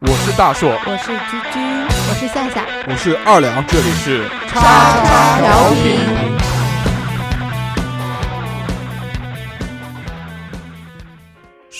我是大硕，我是居居，我是夏夏，我是二两，这里是叉叉调频。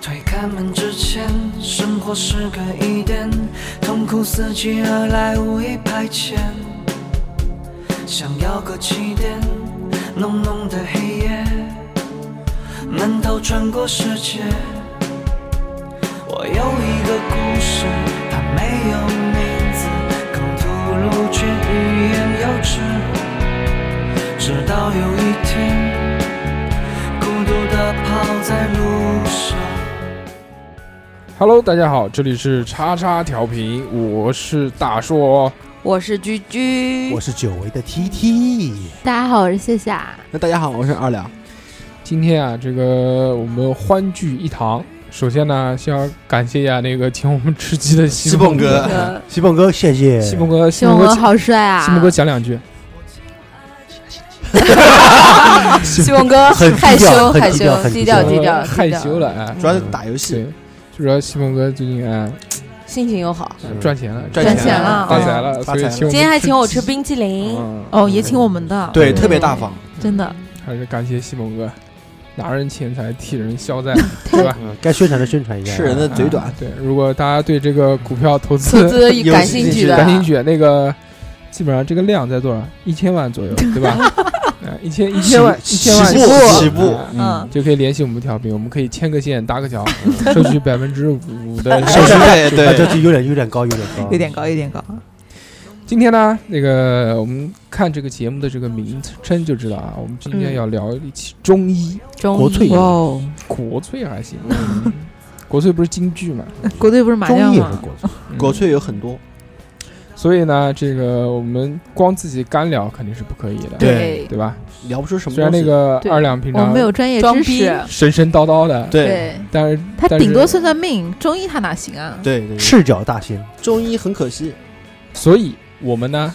推开门之前，生活是个疑点，痛苦伺机而来，无意排遣。想要个起点，浓浓的黑夜，闷头穿过世界。我有一个故事，它没有名字，口吐露却欲言又止。直到有一天，孤独地跑在路上。 Hello，大家好，这里是叉叉调频，我是大硕。我是居居我是久违的 TT。大家好，我是夏夏。那大家好，我是二两。今天啊，这个我们欢聚一堂。首先呢，先要感谢一下那个请我们吃鸡的西蹦凤哥呃西蹦哥，谢谢。西凤哥，西熊凤哥文，好帅啊！西凤哥讲两句。西蒙哥很低害羞调很害低调羞，很低低调调低调，低害调羞了，哎，主要是打游戏对，，就说西凤哥最近哎心情又好。嗯赚钱了，赚钱了发财了，嗯所以发财了请我们今天还吃请我鸡吃冰淇淋，嗯哦，也请我们的，对，特别大方。真的，还是感谢西凤哥，拿人钱财替人消 灾，对吧？嗯，该宣传的宣传一下。吃人的嘴短啊。对，如果大家对这个股票投投资资感兴兴趣趣的感，兴趣，那个基本上这个量在多少？一千万左右，对 吧？啊，一千一千万，一千万起步起步啊嗯，就可以联系我们调频，我们可以牵个线搭个 桥，收取百分之五的手续费啊，这对，就有点有点高，有点高，有点高，有点高。今天呢，那个我们看这个节目的这个名称就知道啊，我们今天嗯要聊一期中医中国粹医哇哦，国粹还行，嗯国粹不是京剧嘛？国队不是麻中将医也是吗？国粹，嗯国粹有很多，所以呢，这个我们光自己干聊肯定是不可以的，对对对吧？聊不出什么虽然东西。那个对二两平我们常没有专业装知 逼识，神神叨叨的，对但是他但是顶多算算命，中医他哪行啊？对对，赤脚大仙，中医很可惜，所以我们呢，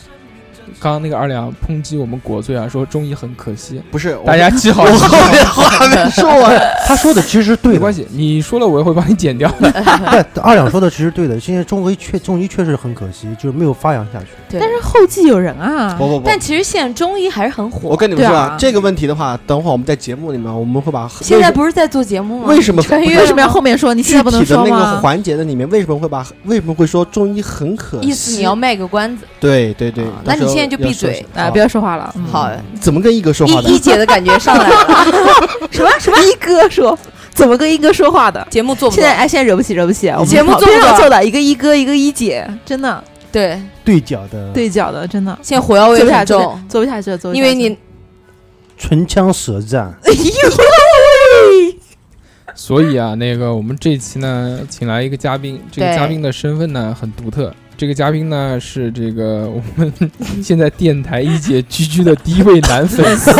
刚刚那个二两抨击我们国粹啊，说中医很可惜，不是我大家记好我。后面话没说啊完，他说的其实是对没的，关系，你说了我也会帮你剪掉的。不，二两说的其实对的。现在中医确中医确实很可惜，就是没有发扬下去。对，但是后继有人啊不，不不但。其实现在中医还是很火。我跟你们说对啊这个问题的话，等会儿我们在节目里面，我们会把现在不是在做节目吗？为什么穿不越是哎为什么要后面说？你具现在不能体的说那个吗？环节的里面，为什么会把为什么会说中医很可惜？意思你要卖个关子，对对对啊，那你到时候现在就要闭说嘴什么啊，不要说话了，嗯好，怎么跟一哥说话的一一？姐的感觉上来了，什么什么一哥说，怎么跟一哥说话的？节目做不现做在？哎，现在惹不起，惹不起，我们节目跑做不边上做坐的一个一哥，一个一姐，真的对，对角的，对角的，真的现在火药味做不下很去重，，做不下去了，做不下去了，因为你唇枪舌战，哎呦，所以啊，那个我们这期呢，请来一个嘉宾，这个对嘉宾的身份呢很独特。这个嘉宾呢是这个我们现在电台一姐居居的第一位男粉 丝，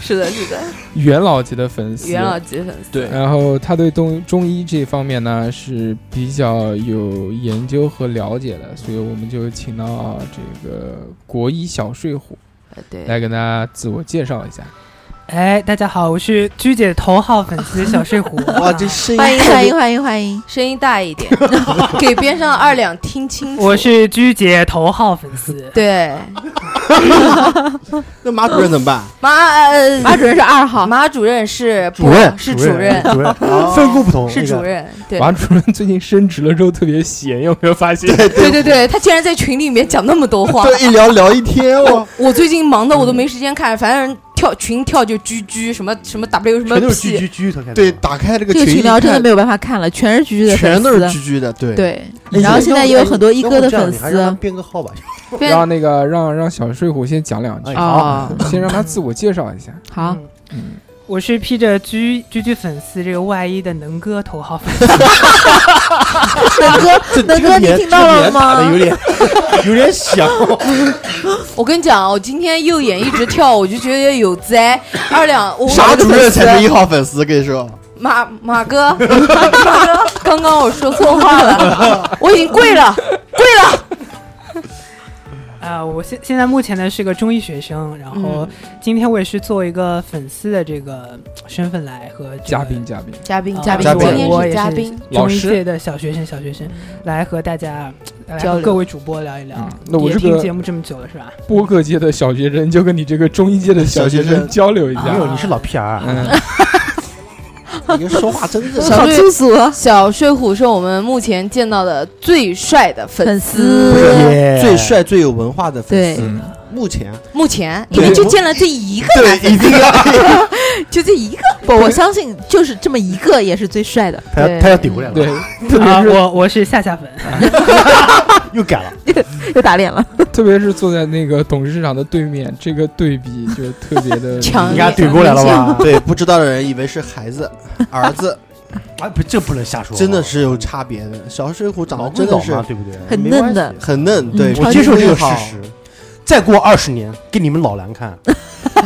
是的，是的，元老级的粉丝。元老级粉丝，对然后他对中中医这方面呢是比较有研究和了解的，所以我们就请到这个国医小睡虎呃对，来跟大家自我介绍一下。哎，大家好，我是鞠姐的头号粉丝小睡 虎。哇，这声音 欢迎欢迎欢迎欢迎，声音大一点， 给边上的二两听清楚。我是鞠姐头号粉丝。对那马主任怎么办？马呃马主任是二号，马主任是主任是主主任主任分工不同，是那主个任，对马主任最近升职了之后特别闲，有没有发现？对对对，他竟然在群里面讲那么多话，这一聊聊一天哦，我最近忙的我都没时间看，反正跳群跳就居居什么什么 W 什么全都是 P，狙狙狙头看对，打开这个这个群群聊一看真的没有办法看了，全是橘橘的粉全丝，都是居居的，对，对。哎然后你现在也有很多一哥的粉你还让他们丝编个号吧。对让那个让让小睡虎先讲两句，哎啊。嗯先让他自我介绍一下。好，我是披着居居居粉丝这个外衣的能哥头号粉丝，能哥，能哥，你听到了吗？点有点响。我跟你讲，啊我今天右眼一直跳，我就觉得有 灾。二两，我啥我的主粉任丝才是一号粉丝，跟你说，马马哥， 马哥，刚刚我说错话 了，我已经跪了，跪了。啊，我现现在目前呢是个中医学生，然嗯后今天我也是作为一个粉丝的这个身份来和、这个、嘉宾嘉宾，嘉宾，啊嘉宾，嘉宾今我天也是是嘉宾，嗯老中医师界的小学生小学生来和大家来交和流各位主播聊一聊。嗯那我也这听个节目这么久了是吧？播客界的小学生就跟你这个中医界的小学小学生生交流一没下。有，你是老啊 PR，嗯， 你说话真是小好绿粗俗啊！小睡虎是我们目前见到的最帅的粉粉丝丝，耶最帅、最有文化的粉丝。嗯目前目前因对为就见了这一个，对，一定要 就这一个，不，我相信就是这么一个也是最帅的。他要他要顶回来对了，，特啊，别我我是夏夏粉，又改了。又打脸了，是 特别是坐在那个董事长的对面，这个对比就特别的强你烈看怼过来了吧？对不知道的人以为是孩子、儿子，哎，不，这不能瞎说，真的是有差别的。小水浒长老得归真老的是嘛，对不对？很没关嫩的系很嫩，对，我接受这个事实。再过二十年，给你们老蓝看，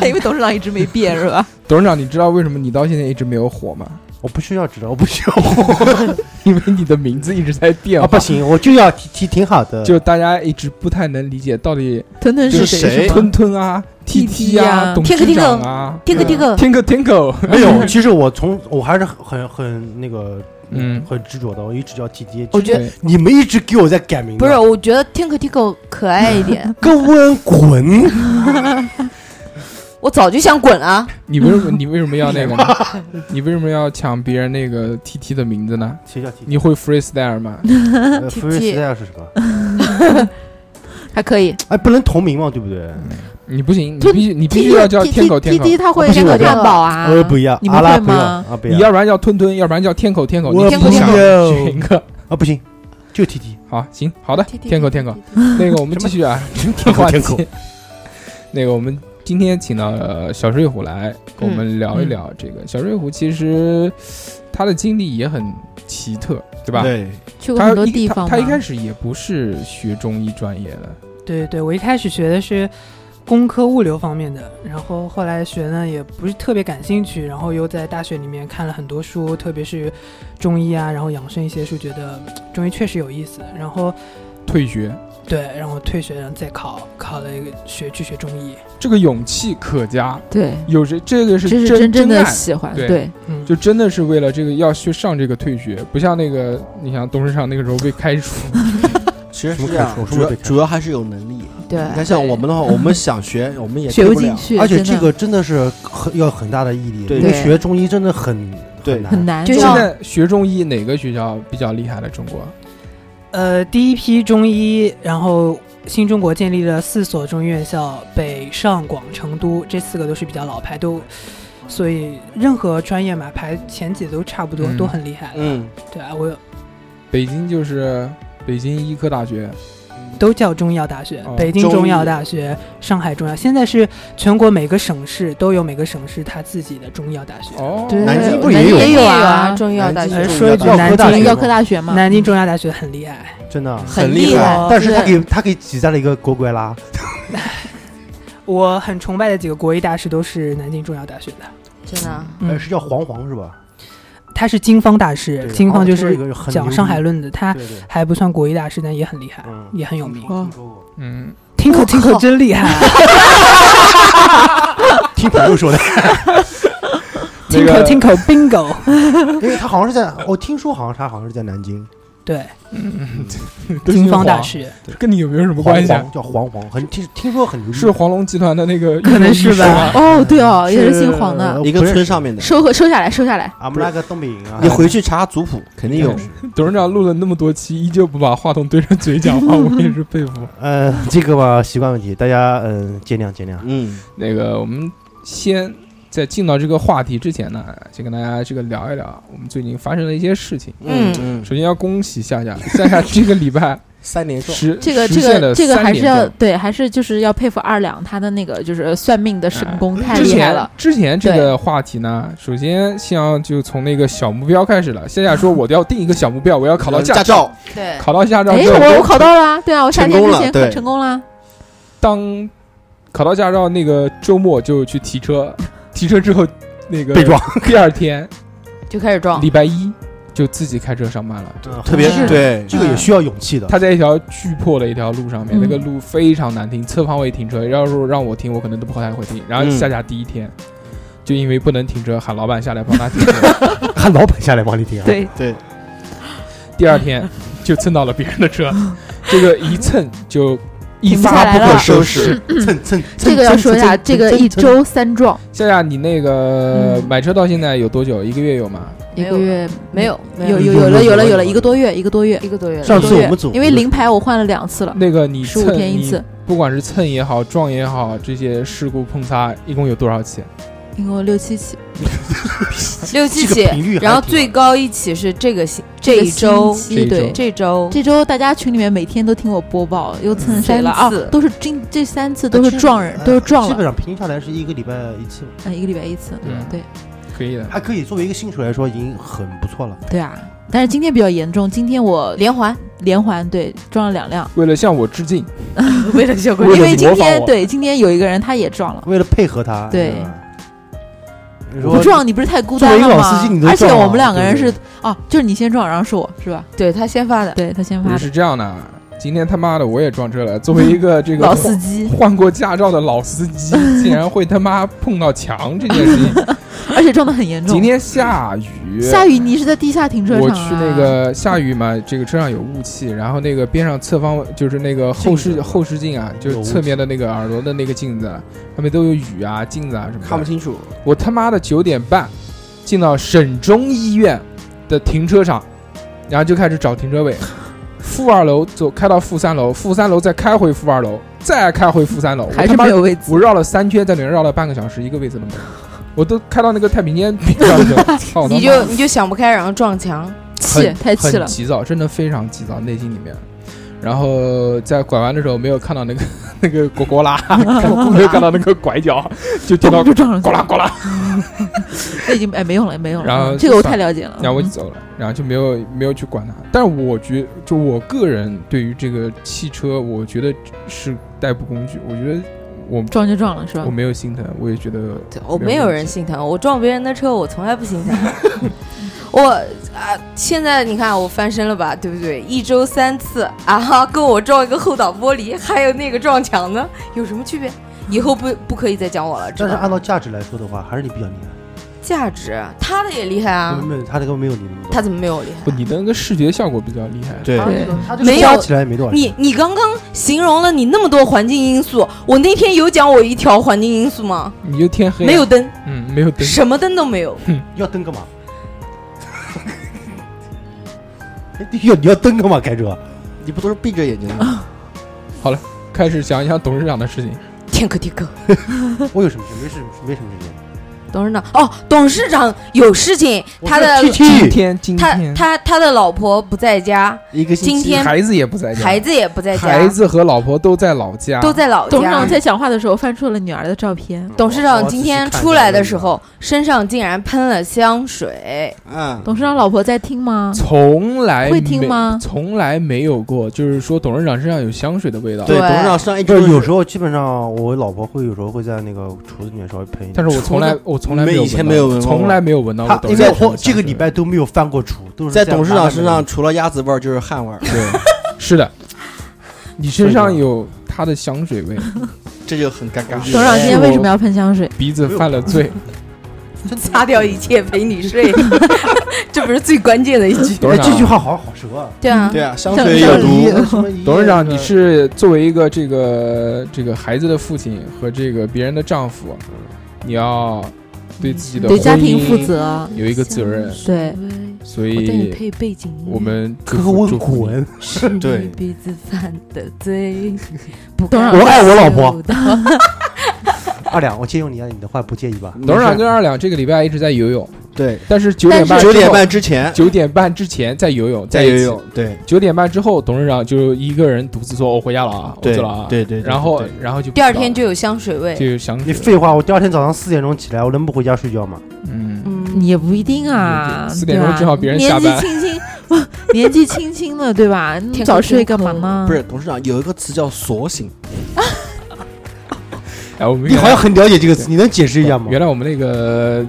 因为董事长一直没变是吧？董事长，你知道为什么你到现在一直没有火吗？ 我不需要知道，我不需要因为你的名字一直在 变化，啊，不行，我就要提提挺好的，就大家一直不太能理解到底腾腾这是是谁？哎谁是吗吞吞啊、T T 啊、呀董事长啊、哎天哥，天 Tingo 哥，Tingo，没有。其实 我从我还是很很很那个，嗯很执着的，我一直叫 T T。我觉得对你们一直给我在改名字，不是，我觉得 Tinko Tinko 可爱一 点，跟我滚！我早就想滚啊了。你为什么你为什么要那个呢？你为什么要抢别人那个 T T 的名字呢？谁叫 T T？你会 freestyle 吗？呃 TT freestyle 是什么？还可以，哎，不能同名嘛，对不对？你不行，你就必须你 T 必须要叫 T 天狗 T 天 T 狗，他会不行那个我不要汉堡啊，我也呃不要，你阿们拉会不要吗？啊，不你要要不然叫吞吞，要不然叫天狗天狗，我你不不想要选一个？啊，不行，就 T T。好，行，好的，天狗天狗，，那个我们继续啊，天 狗话题天狗，那个我们今天请到了小水虎嗯来跟我们聊一聊这个。小水虎其实他的经历也很奇特，对吧？对，去过他很多一地方啊他，他一开始始也不是学中医专业的，对对对，我一开始学的是工科物流方面的，然后后来学呢也不是特别感兴趣，然后又在大学里面看了很多书，特别是中医啊，然后养生一些书，觉得嘖中医确实有意思，然后退学，对，然后退学，然后再考，考了一个学去学中医，这个勇气可嘉。对，有谁这个是这真是真正的爱喜欢，对对，嗯，就真的是为了这个要去上这个退学，不像那个你想董事长那个时候被开 除，其实什是么这开样除，什主么要被开除主要还是有能力。对你看，像我们的话，我们想学，我们也学学不进。去，而且真的这个真的是很要很大的毅力，对因为对学中医真的很对难。很难，就现像在学中医哪个学校比较厉害了？中国呃，第一批中医，然后新中国建立了四所中医院校，北上广成都这四个都是比较老牌，都所以任何专业嘛排前几都差不多，嗯都很厉害了。嗯，对啊，我北京就是北京医科大学，都叫中医药大学，哦北京中中医药大学、上海中药，现在是全国每个省市都有每个省市它自己的中医药大学。哦，对南京不南也京有也吗有啊，南京中医药大南京学中医说一句大学南大学京药科大学嘛，南京中药大学很厉害，真的。很厉害。害但是他对给他给挤在了一个国国拉，我很崇拜的几个国医大师都是南京中药大学的。真的啊，嗯呃，是叫黄黄是吧？他是金方大师，对金方就黄黄是一个很讲牛逼《上海论》的，他对对，还不算国医大师，但也很厉害，嗯也很有名。听说过， 嗯，听口我听口靠真厉害， 听朋友说的，听那口个听口 bingo。因为他好像是在，我听说好像他好像是在南京，对，都金姓方大黄师跟你有没有什么黄关系啊？黄叫黄黄，很听听说很牛逼，是黄龙集团的那个，可能是吧。哦，对哦，也是姓黄的，呃一个村，上面的，收回收下来，收下来，俺们那个东北人啊，你回去查族谱，肯哎定有。董事长录了那么多期，依旧不把话筒对着嘴讲话，我也是佩 服。呃，这个吧，习惯问题，大家嗯、见谅见谅。嗯，那个，我们先在进到这个话题之前呢，先跟大家这个聊一聊我们最近发生的一些事情。嗯嗯，首先要恭喜夏夏，夏夏这个礼 拜三连中，实这个实这现了个这个三还是连要中对，还是就是要佩服二两他的那个就是算命的神功太之厉害前了。之前这个话题呢，首先先要就从那个小目标开始了。夏夏说我要定一个小目标，我要考到驾驾，照，对，考到驾照哎，之后我我考到了啊，对啊，我夏成天功之了前对考成功了，啊当考到驾照那个周末就去提车，提车之后那个被撞，第二 天就开始撞，嗯礼拜一就自己开车上班了。特别是对，这个也需要勇气的。他在一条巨破的一条路上面，嗯那个路非常难停，侧方位停车，要是让我停，我可能都不太会停。然后嗯夏夏第一天。就因为不能停车，喊老板下来帮他停车。喊老板下来帮你停啊。对，对，第二 天就蹭到了别人的车，这个一蹭就一停不发下来不可了收拾。拾，蹭蹭，这个要说一下，这个一周三撞，夏夏，你那个嗯买车到现在有多久？一个月有吗？一没个有月没有没有有有有嗯有了有有了有有了有一个多月，一个多月，一个多月，上一个次我月们组因为零牌我换了两次了，那个你15蹭天一次，你不管是蹭也好，撞也好，这些事故碰擦一共有多少起？一共六七起，六七这起个频率，还然后挺最高一起是这个星这一周这个星这一期周对。这周这周大家群里面每天都听我播报，又蹭谁三了啊啊，都是今这三次都是撞人，都是撞呃基本啊了，上平均下来是一个礼拜一次，嗯，一个礼拜一次，嗯对可以的。还可以作为一个新手来说已经很不错了。对啊。但是今天比较严重，今天我连环连环对撞了两辆，为了向我致敬，为了效果为了因 为今模仿天我对今天有一个人他也撞了，为了配合他，对是吧，你不说撞你不是太孤作单为一个了老吗？司机你都而且撞了我们两个人对是哦，就是你先撞，然后是我是吧？对他先发的，对他先不发是的是这样的。今天他妈的我也撞车了，作为一个这个老换司机，换过驾照的老司 机，竟然会他妈碰到墙这件事情。而且撞得很严重今。天下雨，下雨你是在地下停车场我啊？去那个下雨嘛，这个车上有雾气，然后那个边上侧方就是那个后镜视子后视镜啊，就有是雾侧面的那个耳朵的那个镜子，上面都有雨啊、镜子啊什么的。看不清楚，我他妈的九点半进到省中医院的停车场，然后就开始找停车位，负二楼走开到负三楼，负三楼再开回负二楼，再开回负三楼，还我他是妈没有位置。我绕了三圈，在里面绕了半个小时，一个位置都没有，我都开到那个太平 间边上去了，操我他妈你就你就想不开，然后撞墙，气太气很，了急躁，真的非常急躁，内心里面。然后在拐弯的时候没有看到那个 那个果果 拉，没有看到那个拐角，就听到咚就撞上去呱啦了，呱啦，这已经哎没用了，没用了。然后嗯这个我算太了解了。然后我就嗯走了，然后就没有没有去管它。但是我觉就我个人对于这个汽车，我觉得是代步工具，我觉得我撞就撞了是吧我？没有心疼，我也觉得对我没没有有问人题心疼，我撞别人的车，我从来不心疼。 我啊、现在你看我翻身了吧，对不对？一周三次啊，哈，跟我撞一个后倒玻璃，还有那个撞墙呢，有什么区别？以后不不可以再讲我了，知但是道按吗？照价值来说的话，还是你比较厉害。价值，他的也厉害啊，没有，他这个没有你那么多。他怎么没有厉不，害？你的那个视觉效果比较厉害。对啊对他没有加起来没多少钱。你你刚刚形容了你那么多环境因素，我那天有讲我一条环境因素吗？你就天黑啊没有，灯，嗯，没有灯，什么灯都没有。要蹬干嘛？ 哎你要你要蹬干嘛？开车？你不都是闭着眼睛吗？开始想一想董事长的事情。天可天可，我有什么事？没事，没什么事情。董事长哦，董事长有事情，他的我说 TT 今天今他天他他的老婆不在家，一个星今期天孩子也不在家，孩子也不在家，孩子和老婆都在老家，都在老董事长家。在讲话的时候翻出了女儿的照片。董事我长我今仔细天看出一下来那的个时候，身上竟然喷了香水。嗯，董事长老婆在听吗？从来会听吗没从来没有过，就是说董事长身上有香水的味道。对，对董事长身上一不直是，有时候，候基本上我老婆会有时候会在那个厨子里面稍微喷一点。但是我从来我从来没有以前闻到没有过闻过从来没有闻到过他董因事长为身上我有香水。这个礼拜都没有翻过厨，都是在董事长身拿上着除了鸭子味儿就是汗味儿，对，是的，你身上有他的香水味，这就很尴董尬。事长今天为什么要喷香水？鼻子犯了罪。擦掉一切陪你睡，这不是最关键的一句。董事哎，这句长，话好好舌啊。对啊，嗯对啊，香像 水像有毒，毒董事长，你是作为一个这个这个孩子的父亲和这个别人的丈夫，你要对自己的对家婚庭负姻责。有一个责任，对，所我带你以配背景音乐。我们祝柯福温祝福古你 文，是你对鼻子犯的罪，不 董事长该 我爱我老受婆的二两，我借用你啊的你的话，不介意吧？董事长跟二两这个礼拜一直在游泳，对但是九点半九点半之前九点半之前在游泳，在游泳，对九点半之后，董事长就一个人独自说：“我回家了啊，我对走了啊。”对对，对然后对然后就第二天就有香水味。就想你废话，我第二天早上四点钟起来，我能不回家睡觉吗？嗯，嗯，你也不一定啊，四点钟对吧正好别人下年纪班轻轻， 不年纪轻轻的，对吧？你天早空睡啊天干嘛空呢？不是董事长有一个词叫索性，哎，我们原你来好像很了解这个词，你能解释一啊下吗？原来我们那个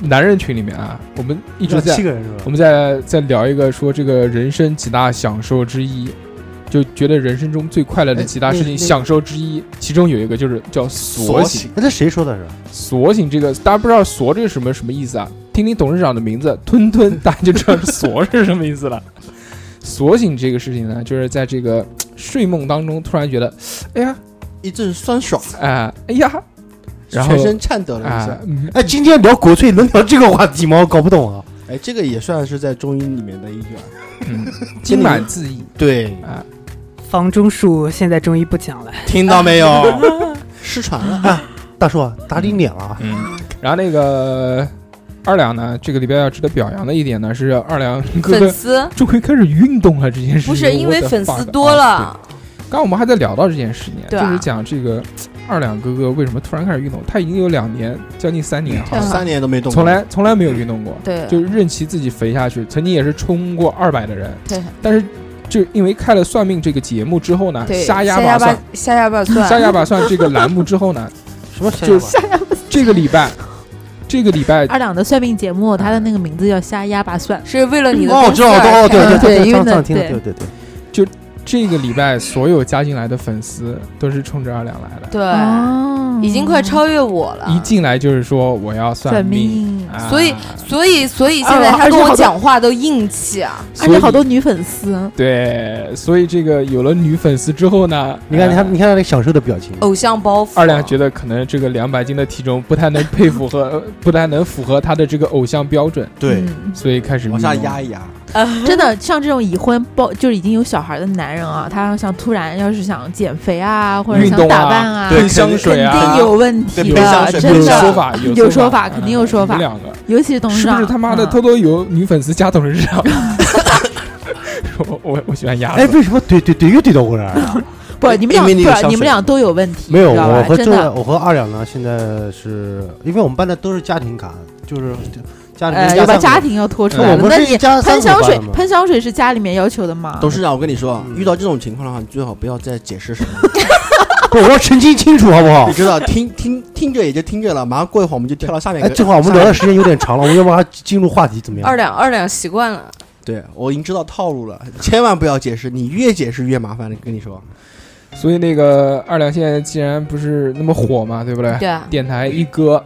男人群里面啊，我们一直这在七个人是我吧？们在在聊一个说这个人生几大享受之一，就觉得人生中最快乐的几大事情哎那那享受之一，其中有一个就是叫索索醒。性那这谁说的是？索醒这个大家不知道“索”这是什么什么意思啊？听听董事长的名字“吞吞”，大家就知道“索”是什么意思了。 索醒这个事情呢，就是在这个睡梦当中突然觉得，哎呀，一阵酸爽，啊、哎呀，然后全身颤抖了一啊下。，嗯哎，今天聊国粹能聊这个话题吗？我搞不懂啊。哎，这个也算是在中医里面的一句啊。嗯，今满自溢对，啊，房中术现在中医不讲了，听到没有？ 失传了。大叔啊，打你脸了啊！嗯，然后那个二两呢，这个里边要值得表扬的一点呢，是二两哥粉哥丝 终于开始运动了这件事情，不是因为粉丝多 What the fuck 啊对了，刚刚我们还在聊到这件事情，对啊就是讲这个二两哥哥为什么突然开始运动，他已经有两年，将近三年好哈，对啊三年都没动过，从来从来没有运动过，对，啊就是任其自己肥下去。曾经也是冲过二百的人，对，但是就因为开了算命这个节目之后呢，对啊瞎压压把把算，瞎压把算，瞎压把算这个栏目之后呢，什么就这个礼拜，这个礼拜二两的算命节目，他的那个名字叫“瞎压把算是为了你的哦，公知司道，而哦，对开对的对因为上那上听了，对对对对，这个礼拜所有加进来的粉丝都是冲着二两来的，对”，哦已经快超越我了。一进来就是说我要啊算命，命，啊所以所以，所以现在啊他而且跟好我多讲话都硬气啊！所而以且好多女粉丝，对，所以这个有了女粉丝之后呢，你看你呃看你看他那个享受的表情，偶像包袱。二两觉得可能这个两百斤的体重不太能配符合， 呃不太能符合他的这个偶像标准，对，嗯所以开始往下运动压一压。真的像这种已婚包就是已经有小孩的男人啊，他要想突然要是想减肥啊，或者运想动打啊扮啊，喷对香肯水啊定，有问题对喷香的，水真有喷香说的水。法，有有说说法肯定有说法嗯你们两个尤其是董事是长，不是他妈的嗯偷偷有女粉丝加董事长？ 我我我喜欢压哎，死，为什么怼怼怼又怼到我这儿啊？不，你们俩因为那个不是香你们水俩都有问题，没有，知道我吧和真周的，我和二两呢，现在是因为我们办的都是家庭卡，就是家里呃，面要把三口家庭要拖出嗯来我了。们那是你一家三喷口香水办的，嘛喷香水是家里面要求的吗？董事长，我跟你说啊，嗯遇到这种情况的话，你最好不要再解释什么，不，我要澄清清楚好不好你？知道，听听听着也就听着了，马上过一会儿我们就跳到下面一哎，个。正好我们聊的时间有点长了，我们要不然进入话题怎么样？二两二两习惯了，对我已经知道套路了，千万不要解释，你越解释越麻烦。跟你说，所以那个二两现在既然不是那么火嘛，对不对？对啊，电台一哥，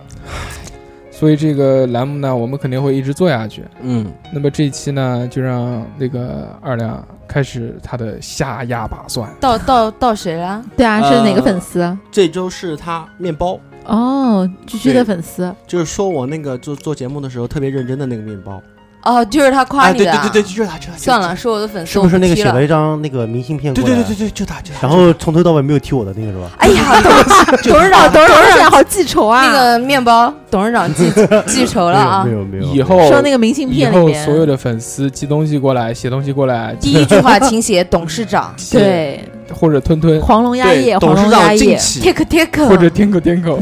所以这个栏目呢，我们肯定会一直做下去。嗯，那么这一期呢，就让那个二两开始他的下压把算。到到到谁了？对啊，是哪个呃粉丝？这周是他面包，哦，居居的对粉丝，就是说我那个做做节目的时候特别认真的那个面包。哦，就是他夸哎，你对的对啊。对对，就是他，就是他。算了，是我的粉丝，是不是那个我踢写了了一张那个明信片就过是他，对来对对对，就他，就他。然后从头到尾没有提我的那个是吧？哎呀，董董事啊长，董董事事长长，好记仇啊！那个面包，董事长记记仇了啊没！有没有没有，以后说那个明信哦以片里后所有面，的粉丝寄东西过来，写东西过来，第一句话请写董事长写对，或者吞 吞，黄龙压对业，董黄龙事压长业敬，请。 ，take take，或者天狗天狗，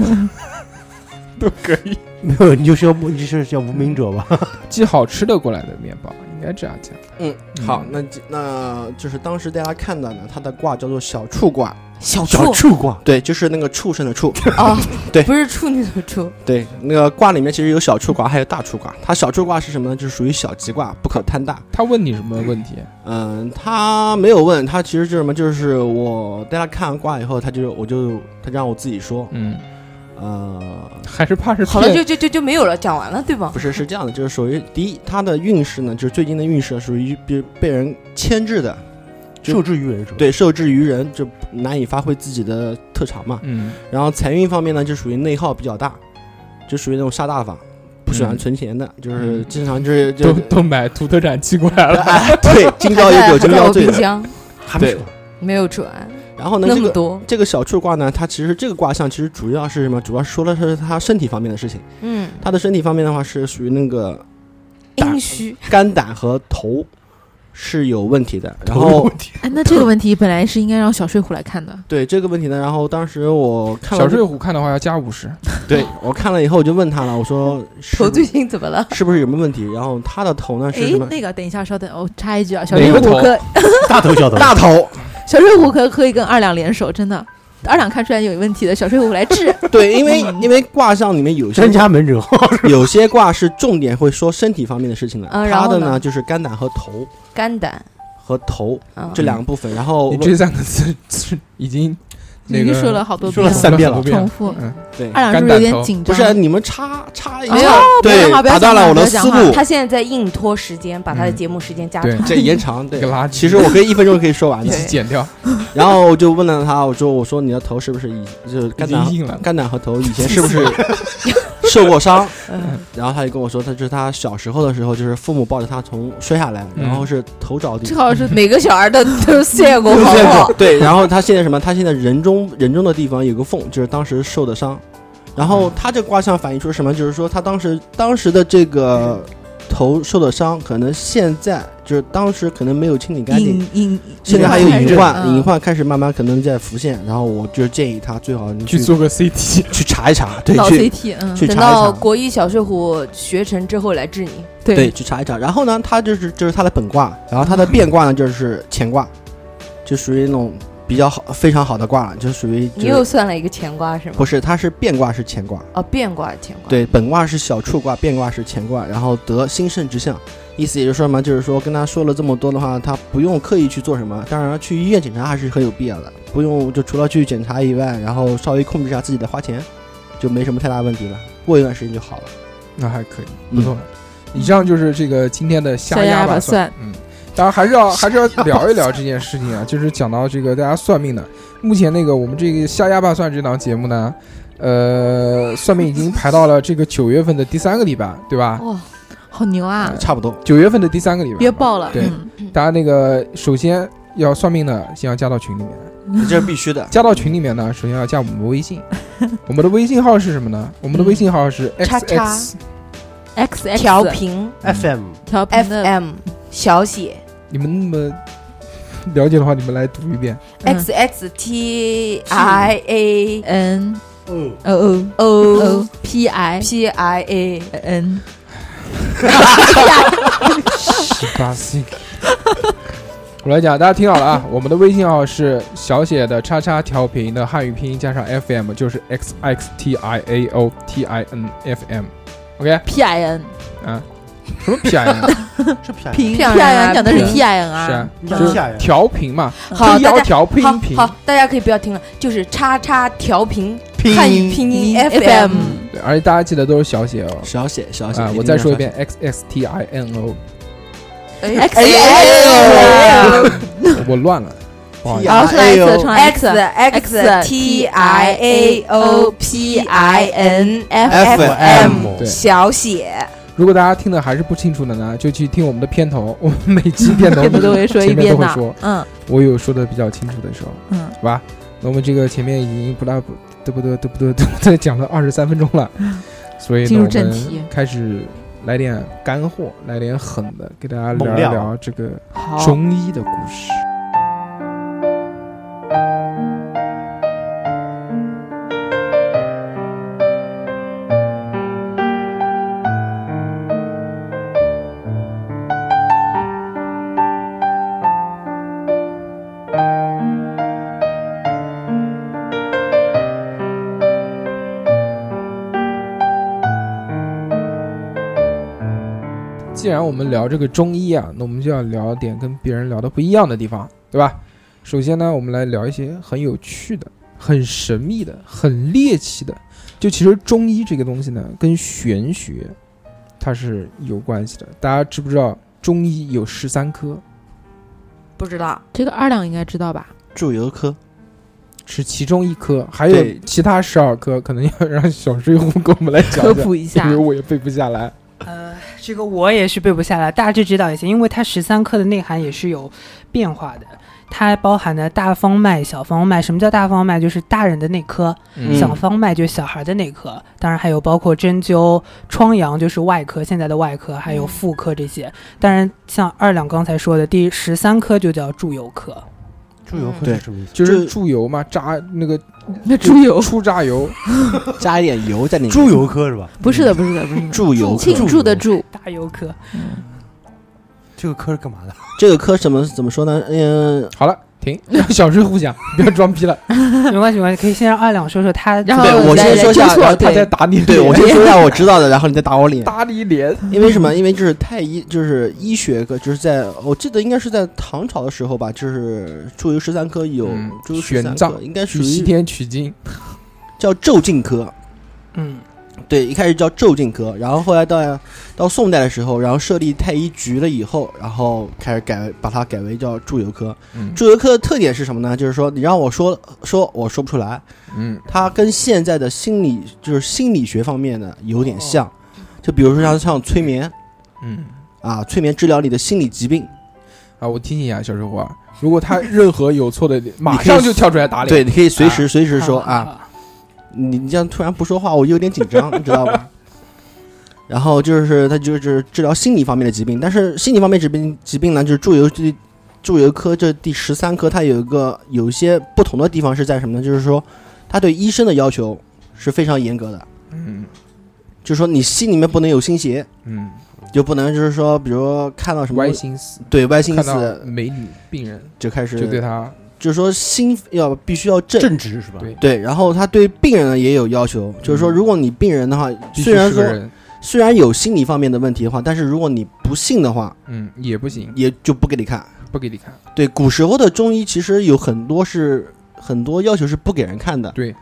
都可以。没有，你就是要你就是要无名者吧？寄好吃的过来的面包，应该这样讲。嗯，好，那就那就是当时大家看到呢，他的卦叫做小畜卦，小小处畜卦，对，就是那个畜生的畜，哦，对不是处女的处， 对，那个卦里面其实有小畜卦，还有大畜卦。它小畜卦是什么呢？就是属于小吉卦，不可贪大。他问你什么问题？嗯，他没有问，他其实就是什么，就是我带他看完卦以后，他就我就他让我自己说，嗯，呃，还是怕是好了，骗就就就就没有了，讲完了对吗不？是是这样的，就是属于第一，他的运势呢，就是最近的运势属于被被人牵制的，就受制于人是吧？对，受制于人，就难以发挥自己的特长嘛。嗯，然后财运方面呢，就属于内耗比较大，就属于那种瞎大方，不喜欢嗯存钱的，就是嗯经常就是就都都买土特产寄过来了。哎，对，今朝有酒今还在朝我醉冰的，箱还没对说，没有煮完，然后呢，那这么个多，这个小畜卦呢，它其实这个卦象其实主要是什么？主要说的是他身体方面的事情。嗯，他的身体方面的话是属于那个打阴虚，肝胆和头 是有问题的。然后哎，那这个问题本来是应该让小睡虎来看的，对这个问题呢，然后当时我看 了小睡 虎看的话要加五十，对我看了以后我就问他了，我说是头最近怎么了？是不是有什么问题？然后他的头呢是哎什么，？那个等一下，稍等，我插一句啊，小哪睡个虎头可大头小头，大头，小睡虎可可以跟二两联手，真的，二两看出来有问题的，小睡虎来治。 对，因为因为卦象里面有些 专家门诊号，有些卦是重点会说身体方面的事情的，嗯然他后的呢呢就是肝胆和头肝胆，和头嗯，这两个部分。然后你问这三个字是已经那已个经说了好多说了遍三遍好多重复。嗯，对，哎二两是不是有点紧不张？是啊你们插插一没哦下有，不要对讲话，不要打讲断话了我不要的讲思话路。他现在在硬拖时间，把他的嗯节目时间加对长。这延长这个对。垃圾。其实我可以一分钟可以说完一的，起剪掉，然后我就问了他，我说我说你的头是不是以就是已肝胆经硬了。肝胆和头以前是 不是受过伤？嗯然后他就跟我说，他就是他小时候的时候，就是父母抱着他从摔下来，嗯然后是头着地 这，好像是每个小孩的都见 过，好不好？ 对，然后他现在什么？他现在人中人中的地方有个缝，就是当时受的伤。然后他这卦象反映出什么？就是说他当时当时的这个头受的伤，可能现在就是当时可能没有清理干净，隐隐，现在还有隐患，嗯隐患开始慢慢可能在浮现。然后我就建议他最好 你去去做个 CT，去查一查，对，老去 CT，嗯，去等查到一查。国一小睡虎学成之后来治你。对，，去查一查。然后呢，它就是这是它的本卦，然后它的变卦呢就是乾卦，就属于那种比较好、非常好的卦了，就属于你就又是算了一个乾卦是吗？不是它是变卦是乾卦，哦，变卦乾卦。，对，本卦是小畜卦，变卦是乾卦，然后得兴盛之象，意思也就是说嘛，就是说跟他说了这么多的话，他不用刻意去做什么，当然去医院检查还是很有必要的，不用就除了去检查以外，然后稍微控制一下自己的花钱，就没什么太大问题了，过一段时间就好了。 那还可以，嗯不错。以上就是这个今天的下小鸭吧吧算，嗯，当然还是要 还是要聊一聊这件事情 啊，就是讲到这个大家算命的，目前那个我们这个下鸭吧算这档节目呢，呃，算命已经排到了这个九月份的第三个礼拜，对吧？哇，好牛啊！差不多，九月份的第三个礼拜，憋爆了，对嗯大家那个首先要算命的，先要加到群里面。这是必须的。加到群里面呢，首先要加我们的微 信，我们的微信号是什么呢？我们的微信号是 x 嗯叉 x，叉，X X 调频 FM 调频的 FM 小写你们那么了解的话，你们来读一 遍。嗯 X X T I A N 嗯， O O O O 哦 P I P I A。 N，十八 C。我来讲，大家听好了啊，我们的微信号是小写的叉叉调频的汉语拼音加上 FM，就是 x x t i a o t i n f m。OK， P I N，啊，什么 P I N 是偏平 P 漂 I 亮啊 N 讲的是平 P I N 是啊啊，，就就是是下呀，调频嘛，好，低大腰家调配音频。好好，大家可以不要听了，就是叉叉调频拼汉语拼音 FM FM。对，而且大家记得都是小写哦。小写小写、啊，我再说一遍，x x t i n o， X 哎 X 我乱了，不哎好意思。然后是来一次重来一 X 次 X T I A O P I N F FM 对小写，如果大家听的还是不清楚的呢，就去听我们的片头，我们每期片头 片头都会说一前面遍都会的说，嗯我有说的比较清楚的时候，嗯，好吧？那我们这个前面已经不拉不嘚不嘚嘚不嘚嘚不嘚讲了二十三分钟了，所以呢嗯进入我正们题开始来点干货，来点狠的，给大家聊猛一料聊这个好，中医的故事。既然我们聊这个中医啊，那我们就要聊点跟别人聊的不一样的地方，对吧？首先呢，我们来聊一些很有趣的、很神秘的、很猎奇的。就其实中医这个东西呢，跟玄学它是有关系的。大家知不知道中医有十三科，不知道这个二两应该知道吧？祝由科，是其中一科，还有对其他十二科，可能要让小水壶给我们来讲科讲，普一下因为，我也背不下来。呃，这个我也是背不下来，大致知道一些，因为它十三课的内涵也是有变化的。它包含的大方脉、小方脉。什么叫大方脉？就是大人的内科，嗯小方脉就是小孩的内科。当然还有包括针灸、疮疡，就是外科，现在的外科，还有妇科这些。当然，像二两刚才说的，第十三科就叫注油科。猪油嗯科是什么意思？就是猪油嘛，炸那个那猪油出榨油，加一点油在里面。猪油科是吧？不是的，不是的，不是的。注油科，庆祝的祝，大油科， 这个科是干嘛的？这个科怎么怎么说呢？嗯，好了，停， 让小智互讲，不要装逼了，没关系，没关系，可以先让二两说说他。然后对我来先来说一下啊 纠错然后他对在打你脸，对我先说一下我知道的，然后你再打我脸。打你脸，因为什么？因为就是太医，就是医学科，就是在我记得应该是在唐朝的时候吧，就是注油十三科有嗯注油十玄三奘科，应该属去西于天取经，叫咒禁科。嗯，对，一开始叫咒禁科，然后后来到到宋代的时候，然后设立太医局了以后，然后开始改把它改为叫注油科。嗯注油科的特点是什么呢？就是说你让我说说我说不出来，嗯它跟现在的心理就是心理学方面的有点像，就比如说像像催眠嗯。啊，催眠治疗你的心理疾病。啊，我提醒一下小智虎啊，如果他任何有错的，马上就跳出来打脸。对，你可以随时随时说好啊，，你你这样突然不说话，我有点紧张，你知道吧？ 然后就是它就是治疗心理方面的疾病，但是心理方面疾病疾病呢，就是注油这注油科这第十三科，它有一个有一些不同的地方是在什么呢？就是说，它对医生的要求是非常严格的，嗯就是说你心里面不能有心邪，嗯，就不能就是说，比如说看到什么歪心思，对歪嗯心看到思美女病人就开始就对他，就是说心要必须要正正直是吧？对对，然后他对病人呢也有要求，就是说，嗯如果你病人的话，必须虽然是说个人，虽然有心理方面的问题的话，但是如果你不信的话，嗯，也不行，也就不给你看。不给你看。对，古时候的中医其实有很多是很多要求是不给人看的，对，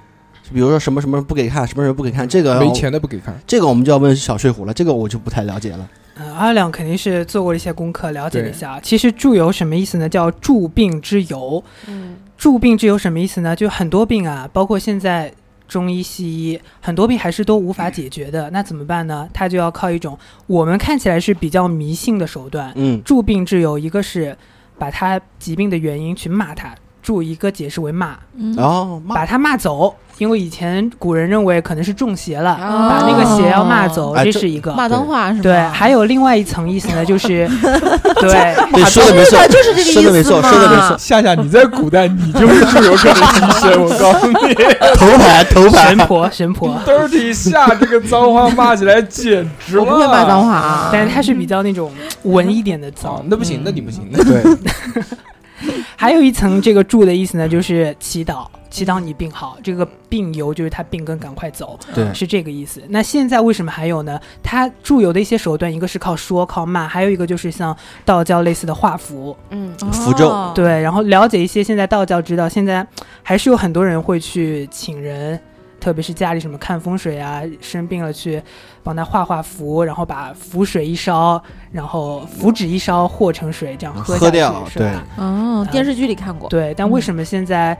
比如说什么什么不给看，什么什么不给看，这个没钱的不给看。这个我们就要问小睡虎了，这个我就不太了解 了。嗯，阿亮肯定是做过一些功课，了解了一对下。其实注油什么意思呢？叫注病之油。嗯注病之油什么意思呢？就很多病啊，包括现在中医、西医，很多病还是都无法解决的。那怎么办呢？他就要靠一种我们看起来是比较迷信的手段，嗯，注病之油，一个是把他疾病的原因去骂他，注一个解释为骂，嗯然后骂把他骂走。因为以前古人认为可能是中邪了，哦把那个邪要骂走，哎这这是一个。啊骂脏话是吧？对，啊还有另外一层意思呢，就是 对，对说的没错，就是这个说的没错，说的没错，夏夏，你在古代你就是猪油科的医生，我告诉 你头牌头牌神，婆神婆，嗯，dirty 夏这个脏话骂起来简直我不会骂脏话话啊，但是它是比较那种文一点的啊脏，。那不行嗯，那你不行，那对，还有一层这个祝的意思呢，就是祈祷，祈祷你病好。这个病由就是他病根赶快走，对是这个意思。那现在为什么还有呢？它祝由的一些手段，一个是靠说靠骂，还有一个就是像道教类似的画符，嗯符咒哦，对，然后了解一些现在道教知道，现在还是有很多人会去请人，特别是家里什么看风水啊，生病了去帮他画画符，然后把符水一烧，然后符纸一烧和成水，这样喝喝下去掉是吧？哦，电视剧里看过，对，但为嗯什么现在？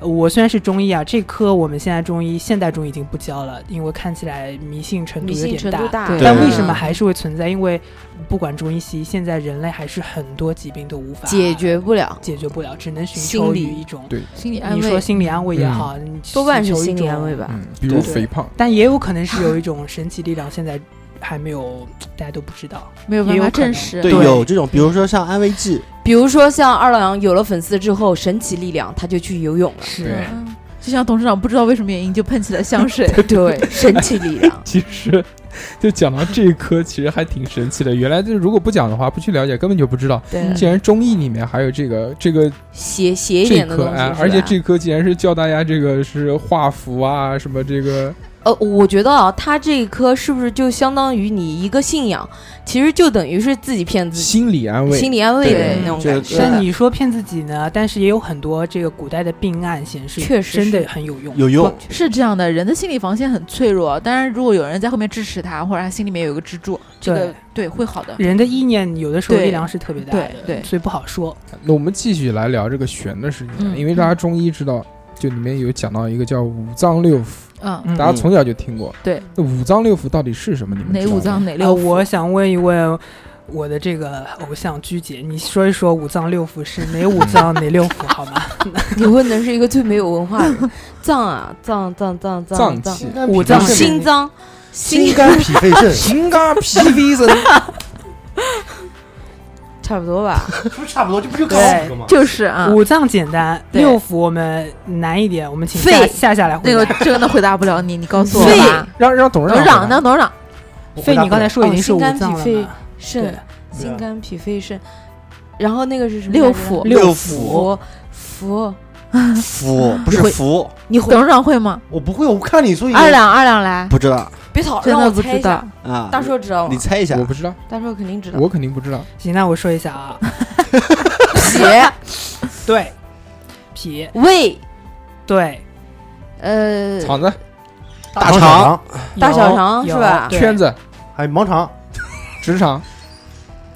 呃我虽然是中医啊，这科我们现在中医现代中医已经不教了，因为看起来迷信程度迷有信点程度大，对但对为什么还是会存在？因为不管中医西医，现在人类还是很多疾病都无法解决不了？解决不了，只能寻心求理于一种对心理安你说慰，心理安慰也好，你多半是寻求一心理种安慰，吧。嗯，比如对肥胖， 但也有可能是有一种神奇力量，现在还没有，大家都不知道。没有办也有法可能证实，对，对有这种，比如说像安慰剂，比如说像二郎有了粉丝之后，神奇力量，他就去游泳了。是对。嗯就像董事长不知道为什么原因就喷起了香 水，对，神奇力量其实就讲到这一科，其实还挺神奇的。原来就是如果不讲的话，不去了解，根本就不知道。对，竟然中医里面还有这个这个邪邪一这点的科东西是啊吧，，而且这科竟然是教大家这个是画符啊，什么这个呃，我觉得啊，他这一科是不是就相当于你一个信仰，其实就等于是自己骗自己，心理安慰，心理安慰的对那种这感个觉。但你说骗自己呢？但是也有很多这个古代的病案显示，确实真是的很有用。有用，是这样的，人的心理防线很脆弱，当然如果有人在后面支持他，或者他心里面有一个支柱，这个对会好的。人的意念有的时候对力量是特别大的，对对所以不好说。那我们继续来聊这个玄的事情啊，嗯因为大家中医知道就里面有讲到一个叫五脏六腑，嗯，嗯大家从小就听过。对，那五脏六腑到底是什嗯么？你们哪知道五吗脏哪呃，六腑？我想问一问我的这个偶像鞠姐，你说一说五脏六腑是哪五脏哪六腑好吗？你问的是一个最没有文化的脏啊，脏脏脏脏脏脏，器。五脏心脏，心心肝脾 肺 肾，心肝脾 肺肾，差不多吧。不是差不多，这不就搞对吗？就是啊，五脏简单，对六腑我们难一点，我们请肺下下下来那回个答。真的回答不了你，你告诉我肺吧。让让董事董事长长长呢？董事长，肺你刚才说已哦经是心五肝脏脾了肺嘛？对肾、心肝脾肺肾，然后那个是什么六来着腑六腑腑，服不是会服，你回董事长会吗？我不会，我看你所以二两二两来，不知道别吵，真让的我不猜知一下道。。啊。大硕知道你吗？猜一下我，不知道，大硕肯定知道。我肯定不知道。行，那我说一下 啊，脾、对，脾， 胃、对，呃，厂子大肠肠大有小肠有是吧对圈子还有盲肠，职场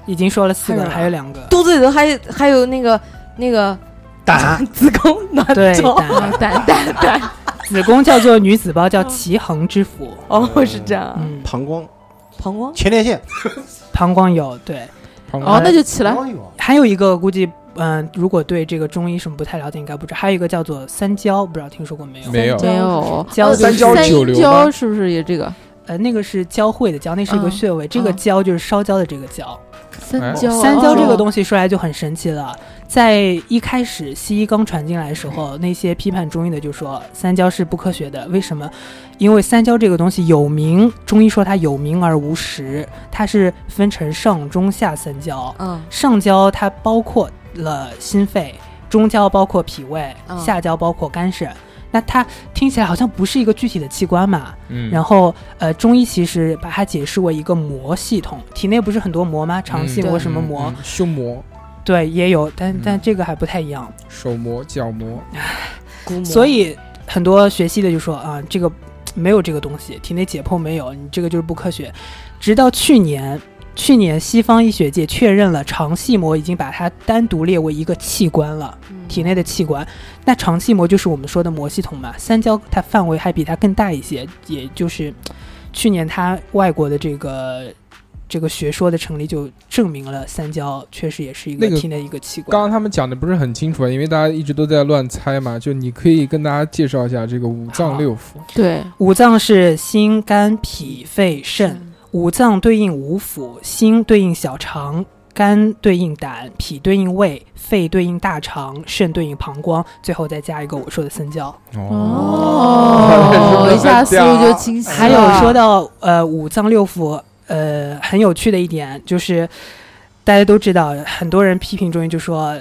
已经说了四个了，还还有有两 个。肚子里头还有还有那个那个 胆子宫卵对， 巢。 胆胆胆胆， 子宫叫做女子胞，叫嗯奇恒之腑。哦，是这样啊，嗯，膀胱膀胱前列腺，膀胱有对，旁嗯哦，那就起来膀。胱有还有一个估计，嗯、如果对这个中医什么不太了解，应该不知道。还有一个叫做三焦，不知道听说过没有？没有没有，交呃三交三九流交吗是不是也这个呃，那个是交汇的交，那是一个嗯穴位，这个嗯哦焦就是烧焦的这个焦。三哎焦？三焦这个西，东西说来就很神奇了，在一开始西医刚传进来的时候，那些批判中医的就说三焦是不科学的，为什么？因为三焦这个东西有名，中医说它有名而无实，它是分成上中下三焦。嗯，上焦它包括了心肺，中焦包括脾胃，嗯下焦包括肝肾。那它听起来好像不是一个具体的器官嘛，嗯，然后呃，中医其实把它解释为一个膜系统，体内不是很多膜吗？肠系嗯膜、什么嗯膜？嗯胸膜、对，也有，但但嗯这个还不太一样。手膜、脚膜，骨膜所以很多学习的就说啊，这个没有这个东西，体内解剖没有，你这个就是不科学。直到去年，去年西方医学界确认了肠系膜已经把它单独列为一个器官了，嗯体内的器官。那肠系膜就是我们说的膜系统嘛，三焦它范围还比它更大一些，也就是去年它外国的这个。这个学说的成立就证明了三焦确实也是一个那个体内一个器官。刚刚他们讲的不是很清楚，啊因为大家一直都在乱猜嘛。就你可以跟大家介绍一下这个五脏六腑。对，五脏是心、肝、脾、肺、肾，五脏对应五腑，心对应小肠，肝对应胆，脾对应胃，肺对应大肠，肾对应膀胱，最后再加一个我说的三焦。哦 哦，一下思路就清晰了。还有说到呃五脏六腑，呃很有趣的一点就是，大家都知道，很多人批评中医就说嘖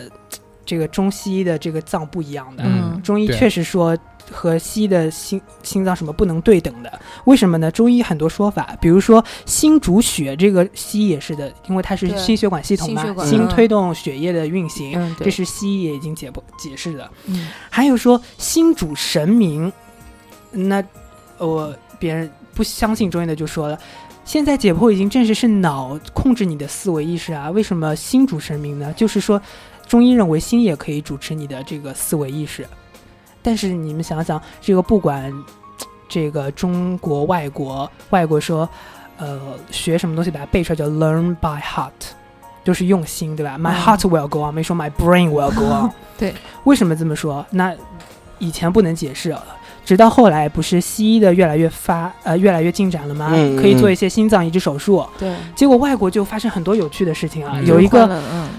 这个中西医的这个脏不一样的，嗯中医对确实说和西医的心心脏什么不能对等的，为什么呢？中医很多说法，比如说心主血，这个西医也是的，因为它是对心血管系统嘛心血，管心嗯推动血液的运行，嗯，这对，是西医也已经解剖解释的。嗯还有说心主神明，那我、别人不相信中医的就说了，现在解剖已经证实是脑控制你的思维意识啊，为什么心主神明呢？就是说，中医认为心也可以主持你的这个思维意识，但是你们想想，这个不管这个中国、外国，外国说，呃，学什么东西把它背出来叫 learn by heart，就是用心，对吧？My 嗯。heart will go on，没说 my brain will go on 对，为什么这么说？那以前不能解释了。直到后来，不是西医的越来越发呃越来越进展了吗？嗯嗯可以做嗯一些心脏移植手术，对，结果外国就发生很多有趣的事情啊，嗯有一换个了嗯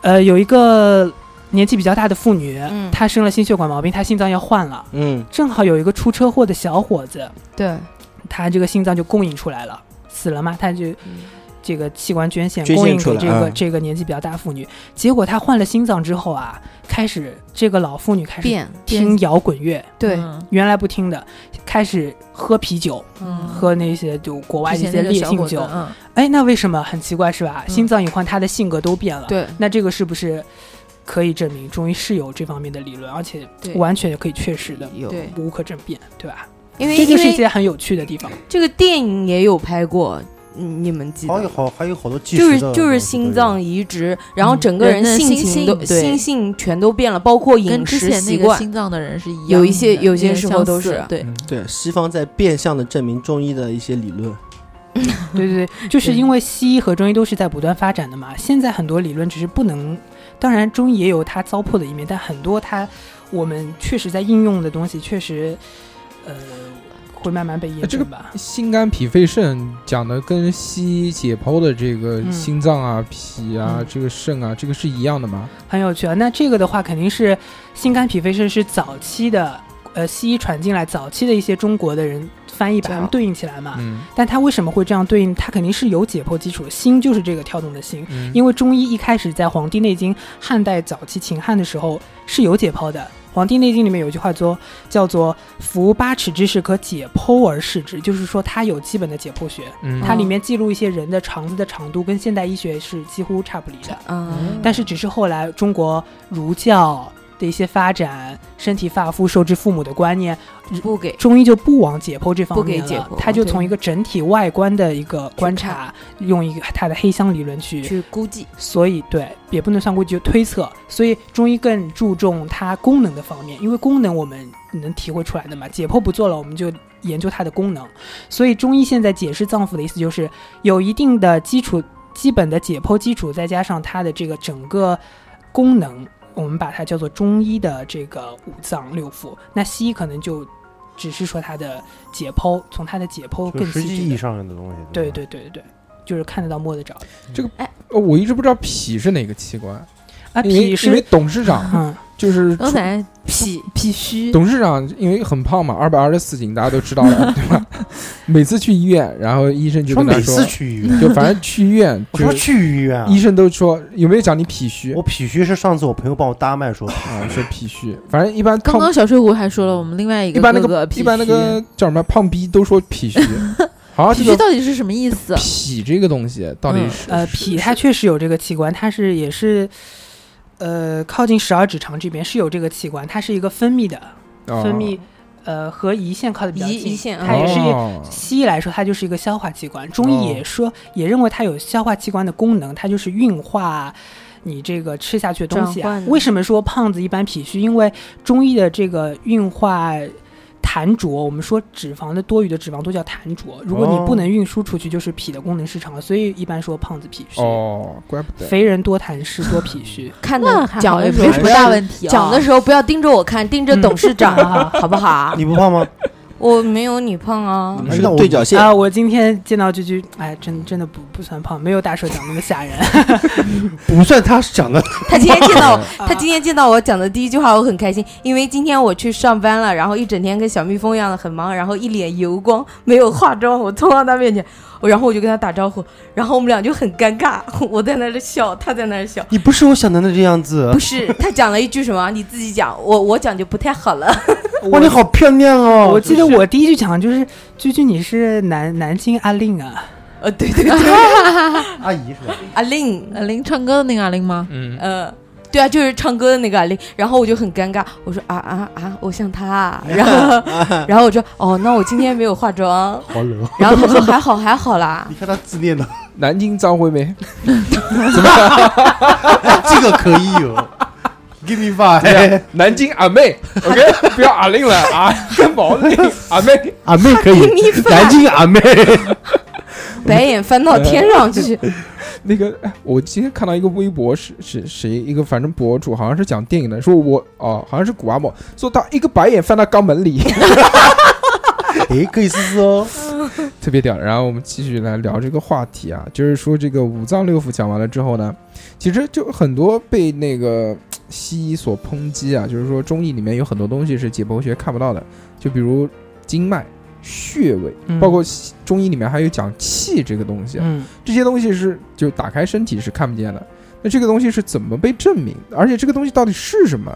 呃有一个年纪比较大的妇女，嗯她生了心血管毛病，她心脏要换了，嗯，正好有一个出车祸的小伙子，对，他这个心脏就供应出来了，死了嘛，他就嗯这个器官捐献捐供献应出给来这个、嗯这个年纪比较大妇女，结果她换了心脏之后啊，开始这个老妇女开始变听摇滚乐，对，嗯原来不听的，开始喝啤酒，嗯喝那些就国外的之一前些那个烈小性伙子酒，嗯，哎，那为什么很奇怪是吧？嗯心脏隐患，他的性格都变了。对，那这个是不是可以证明中医是有这方面的理论，而且对完全可以确实的，有对无可争辩，对吧？因为这就因是一为 件很有趣的地方。这个电影也有拍过，嗯你们记好有得？好还有好多技就术是就是心脏移植，然后嗯整个人的性心情性都对心性全都变了，包括跟饮之食前习那个惯。心脏的人是一样的，有一些有些点时相候都似是对，嗯对，西方在变相的证明中医的一些理论。对对对，就是因为西医和中医都是在不断发展的嘛。现在很多理论只是不能，当然中医也有它糟粕的一面，但很多它我们确实在应用的东西，确实呃会慢慢被验这个证吧。心肝脾肺肾讲的跟西医解剖的这个嗯心脏啊、脾啊嗯、这个肾啊，这个是一样的吗？很有趣啊。那这个的话，肯定是心肝脾肺肾是早期的，呃，西医传进来早期的一些中国的人翻译把它们对应起来嘛。嗯但它为什么会这样对应？它肯定是有解剖基础，心就是这个跳动的心。嗯，因为中医一开始在《黄帝内经》汉代早期秦汉的时候是有解剖的，《黄帝内经》里面有一句话说叫做“夫八尺之士，可解剖而视之”，就是说它有基本的解剖学，嗯它里面记录一些人的肠子的长度跟现代医学是几乎差不离的。嗯，但是只是后来中国儒教的一些发展，身体发肤受之父母的观念，不给中医就不往解剖这方不给面解了剖，他就对从一个整体外观的一个观察，用一个他的黑箱理论去去估计。所以对，也不能算过就推测。所以中医更注重它功能的方面，因为功能我们能体会出来的嘛。解剖不做了，我们就研究它的功能。所以中医现在解释脏腑的意思就是有一定的基础、基本的解剖基础，再加上它的这个整个功能，我们把它叫做中医的这个五脏六腑。那西医可能就只是说它的解剖，从它的解剖就更实嗯细际致意义地。上的东西。对吧对对对对，就是看得到摸得着。哦我一直不知道脾是哪个器官，啊，因为脾因为是董事长嗯。就是刚才脾脾虚，董事长因为很胖嘛，二百二十四斤，大家都知道的，对吧？每次去医院，然后医生就说跟他每说次，去医院，就反正去医院，我就说去医院啊，医生都说有没有讲你脾虚我脾虚是上次我朋友帮我搭脉 说，啊？说脾虚，反正一般刚胖，刚小水果还说了，我们另外一一个般那哥个哥脾一般那个叫什么胖逼都说脾 虚，好像脾这虚个到底是什么意思？脾这个东西到底嗯是 啊呃，脾它确实有这个器官，它是也是，呃，靠近十二指肠这边是有这个器官，它是一个分泌的，分泌，呃，和胰腺靠的比较哦胰近，胰腺它也是一哦西医来说，它就是一个消化器官，中医哦也说、也认为它有消化器官的功能，它就是运化你这个吃下去的东西转啊换。的为什么说胖子一般脾虚？因为中医的这个运化。痰浊，我们说脂肪的多余的脂肪都叫痰浊。如果你哦不能运输出去，就是脾的功能失常了。所以一般说胖子脾虚，哦，嗯怪不得肥人多痰湿多脾虚。看那的还讲好的也时没候什不么要大哎问题啊。讲的时候不要盯着我看，盯着董事 长啊，好不好啊？你不胖吗？ 我没有你胖啊哎你，们是那我对角线，啊，我今天见到这句，哎，真真的不不算胖，没有大帅长那么吓人。不算他讲的， 他今天见到 我，啊他今天见到我讲的第一句话，我很开心，因为今天我去上班了，然后一整天跟小蜜蜂一样的很忙，然后一脸油光，没有化妆，我冲到他面前，我然后我就跟他打招呼，然后我们俩就很尴尬，我在那里笑，他在那里笑。你不是我想的那这样子不。是，他讲了一句什么？你自己讲，我我讲就不太好 了。哇，你好漂亮哦！我记得我第一句讲的就是“居居，你是南南京阿令啊呃，对对对，阿姨是吧？阿令，呃，林唱歌的那个阿玲吗？嗯，呃，对啊，就是唱歌的那个阿玲，然后我就很尴尬，我说啊啊啊，我像他 啊，然后然后我说哦，那我今天没有化妆，好冷，哦然后他说还好还好啦你，看他自恋的， 南京张惠妹，这个可以有。Give me 对哎呀 five，南京阿妹，OK，不 要阿令了啊， 跟毛令阿妹。阿妹可以 Give me five 南京阿妹，白眼翻 到天上去， 那个，哎我今天看到一个微博是是谁一个反正博主好像是讲电影的，说我哦好像是古阿莫，说他一个白眼翻到肛门 里，哎，可以试试哦。特别屌。然后我们继续来聊这个话题啊，就是说这个五脏六腑讲完了之后呢，其实就很多被那个西医所抨击啊，就是说中医里面有很多东西是解剖学看不到的，就比如经脉、穴位，”，包括西中医里面还有讲气这个东西啊，嗯，这些东西是就打开身体是看不见的。那这个东西是怎么被证明？而且这个东西到底是什么？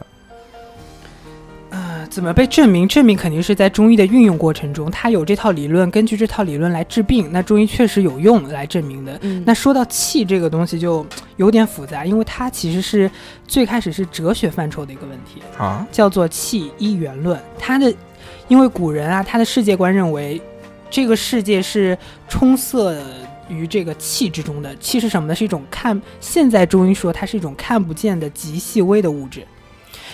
呃怎么被证明？证明肯定是在中医的运用过程中，它有这套理论，根据这套理论来治病，那中医确实有用来证明的。嗯那说到气这个东西就有点复杂，因为它其实是最开始是哲学范畴的一个问题。啊，叫做气一元论。他的，因为古人啊，他的世界观认为这个世界是充塞于这个气之中的。气是什么呢？是一种看，现在中医说它是一种看不见的极细微的物质。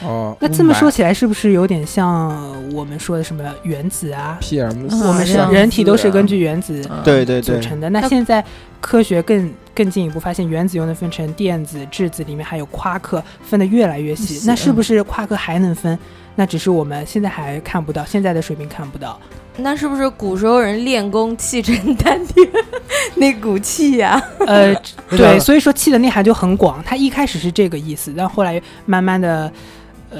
哦，那这么说雾霾起来，是不是有点像我们说的什么原子啊？ ，PM 嗯我们是这样人体都是子根据原子嗯 对对组对，成的。那它现在科学更更进一步发现，原子又能分成电子、质子，里面还有夸克，分得越来越细细。那是不嗯是夸克还能分？那只是我们现在还看不到，现在的水平看不 到。那是不是古时候人练功气沉丹田那股气呀、呃，那对，个所以说气的内涵就很广。它一开始是这个意思，但后来慢慢的，呃，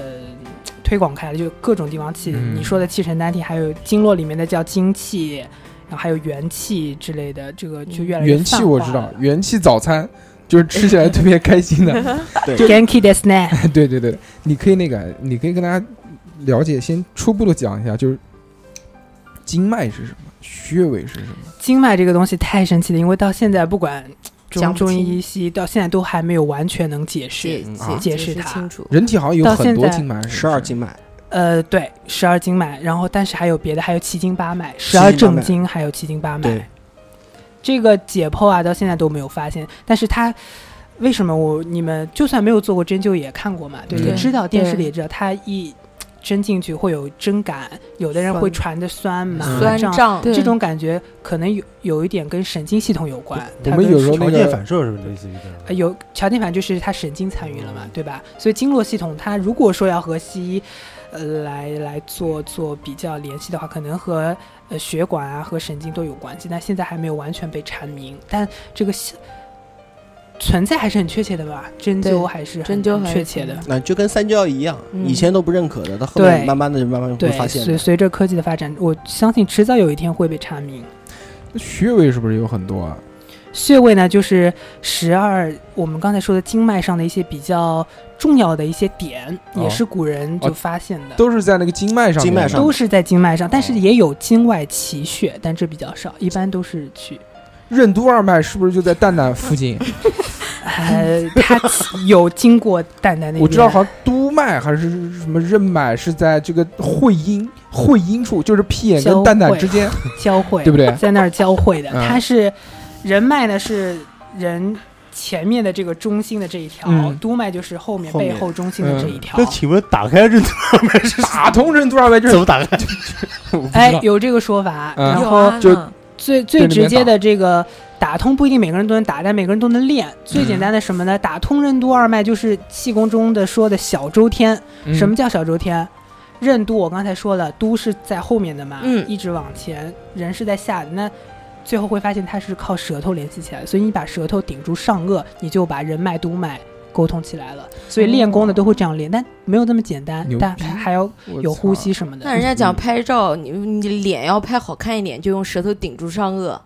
推广开了，就各种地方气。嗯你说的气沉丹田，还有经络里面的叫精气，然后还有元气之类的，这个就越来越元气我知道，元气早餐就是吃起来特别开心的， g a n k i d e s n a 对对对，你可以那个，你可以跟大家了解，先初步的讲一下，就是经脉是什么，穴位是什么。经脉这个东西太神奇了，因为到现在不管讲中不中清医西医，到现在都还没有完全能解释解。啊解解释它清楚。人体好像有到很现多在经脉，嗯十二经脉，呃，对，十二经脉，然后但是还有别的，还有七经八脉、七十经八二脉正经，还有七经八脉对。这个解剖啊，到现在都没有发现。但是它为什么我你们就算没有做过针灸，也看过嘛？对，嗯也知道电视里对也知道，它一针进去会有针感，有的人酸会传的酸麻嗯酸胀。胀，对这种感觉可能有有一点跟神经系统有关，我它们跟有时候那条个件反射是不是类似于这样？呃有条件反正就是它神经参与了嘛，对吧？所以经络系统它如果说要和西医，呃，来来做做比较联系的话，可能和呃血管啊和神经都有关系，但现在还没有完全被阐明，但这个系存在还是很确切的吧？针对灸还是针很灸很还确是切的很。那就跟三焦一样，嗯以前都不认可的，到后面对慢慢的就慢慢会对发，现随的。随着科技的发展，我相信迟早有一天会被阐明。穴位是不是有很多啊？穴位呢，就是十二，我们刚才说的经脉上的一些比较重要的一些点，哦也是古人哦就发现的。都是在那个经脉上面的，经脉上都是在经脉上，但是嗯哦也有经外奇穴，但这比较少，一般都是去。任督二脉是不是就在蛋蛋附 近？呃，它 其有经过蛋蛋那边，我知道，好像督脉还是什么任脉是在这个会阴会阴处，就是屁眼跟蛋蛋之间，交汇，对不对在那儿交汇的，嗯它是人脉呢是人前面的这个中心的这一条，嗯督脉就是后面后面背后中心的这一条那。请问打开这道门是打通啊任督二脉就是怎么打开？我不知道 哎，有这个说法，嗯然有后啊就嗯最对里最面直接打的这个打通不一定每个人都能打，但每个人都能练。最简嗯单的什么呢？打通任督二脉就是气功中的说的小周天。嗯什么叫小周天？任督我刚才说了，督是在后面的嘛，嗯一直往前，人是在下的。那最后会发现它是靠舌头联系起来的，所以你把舌头顶住上颚，你就把人脉督脉沟通起来了。所以练功的都会这样练，但没有这么简单嗯牛，但逼还要我有操呼吸什么的。那人家讲嗯拍照，你你脸要拍好看一点，就用舌头顶住上颚，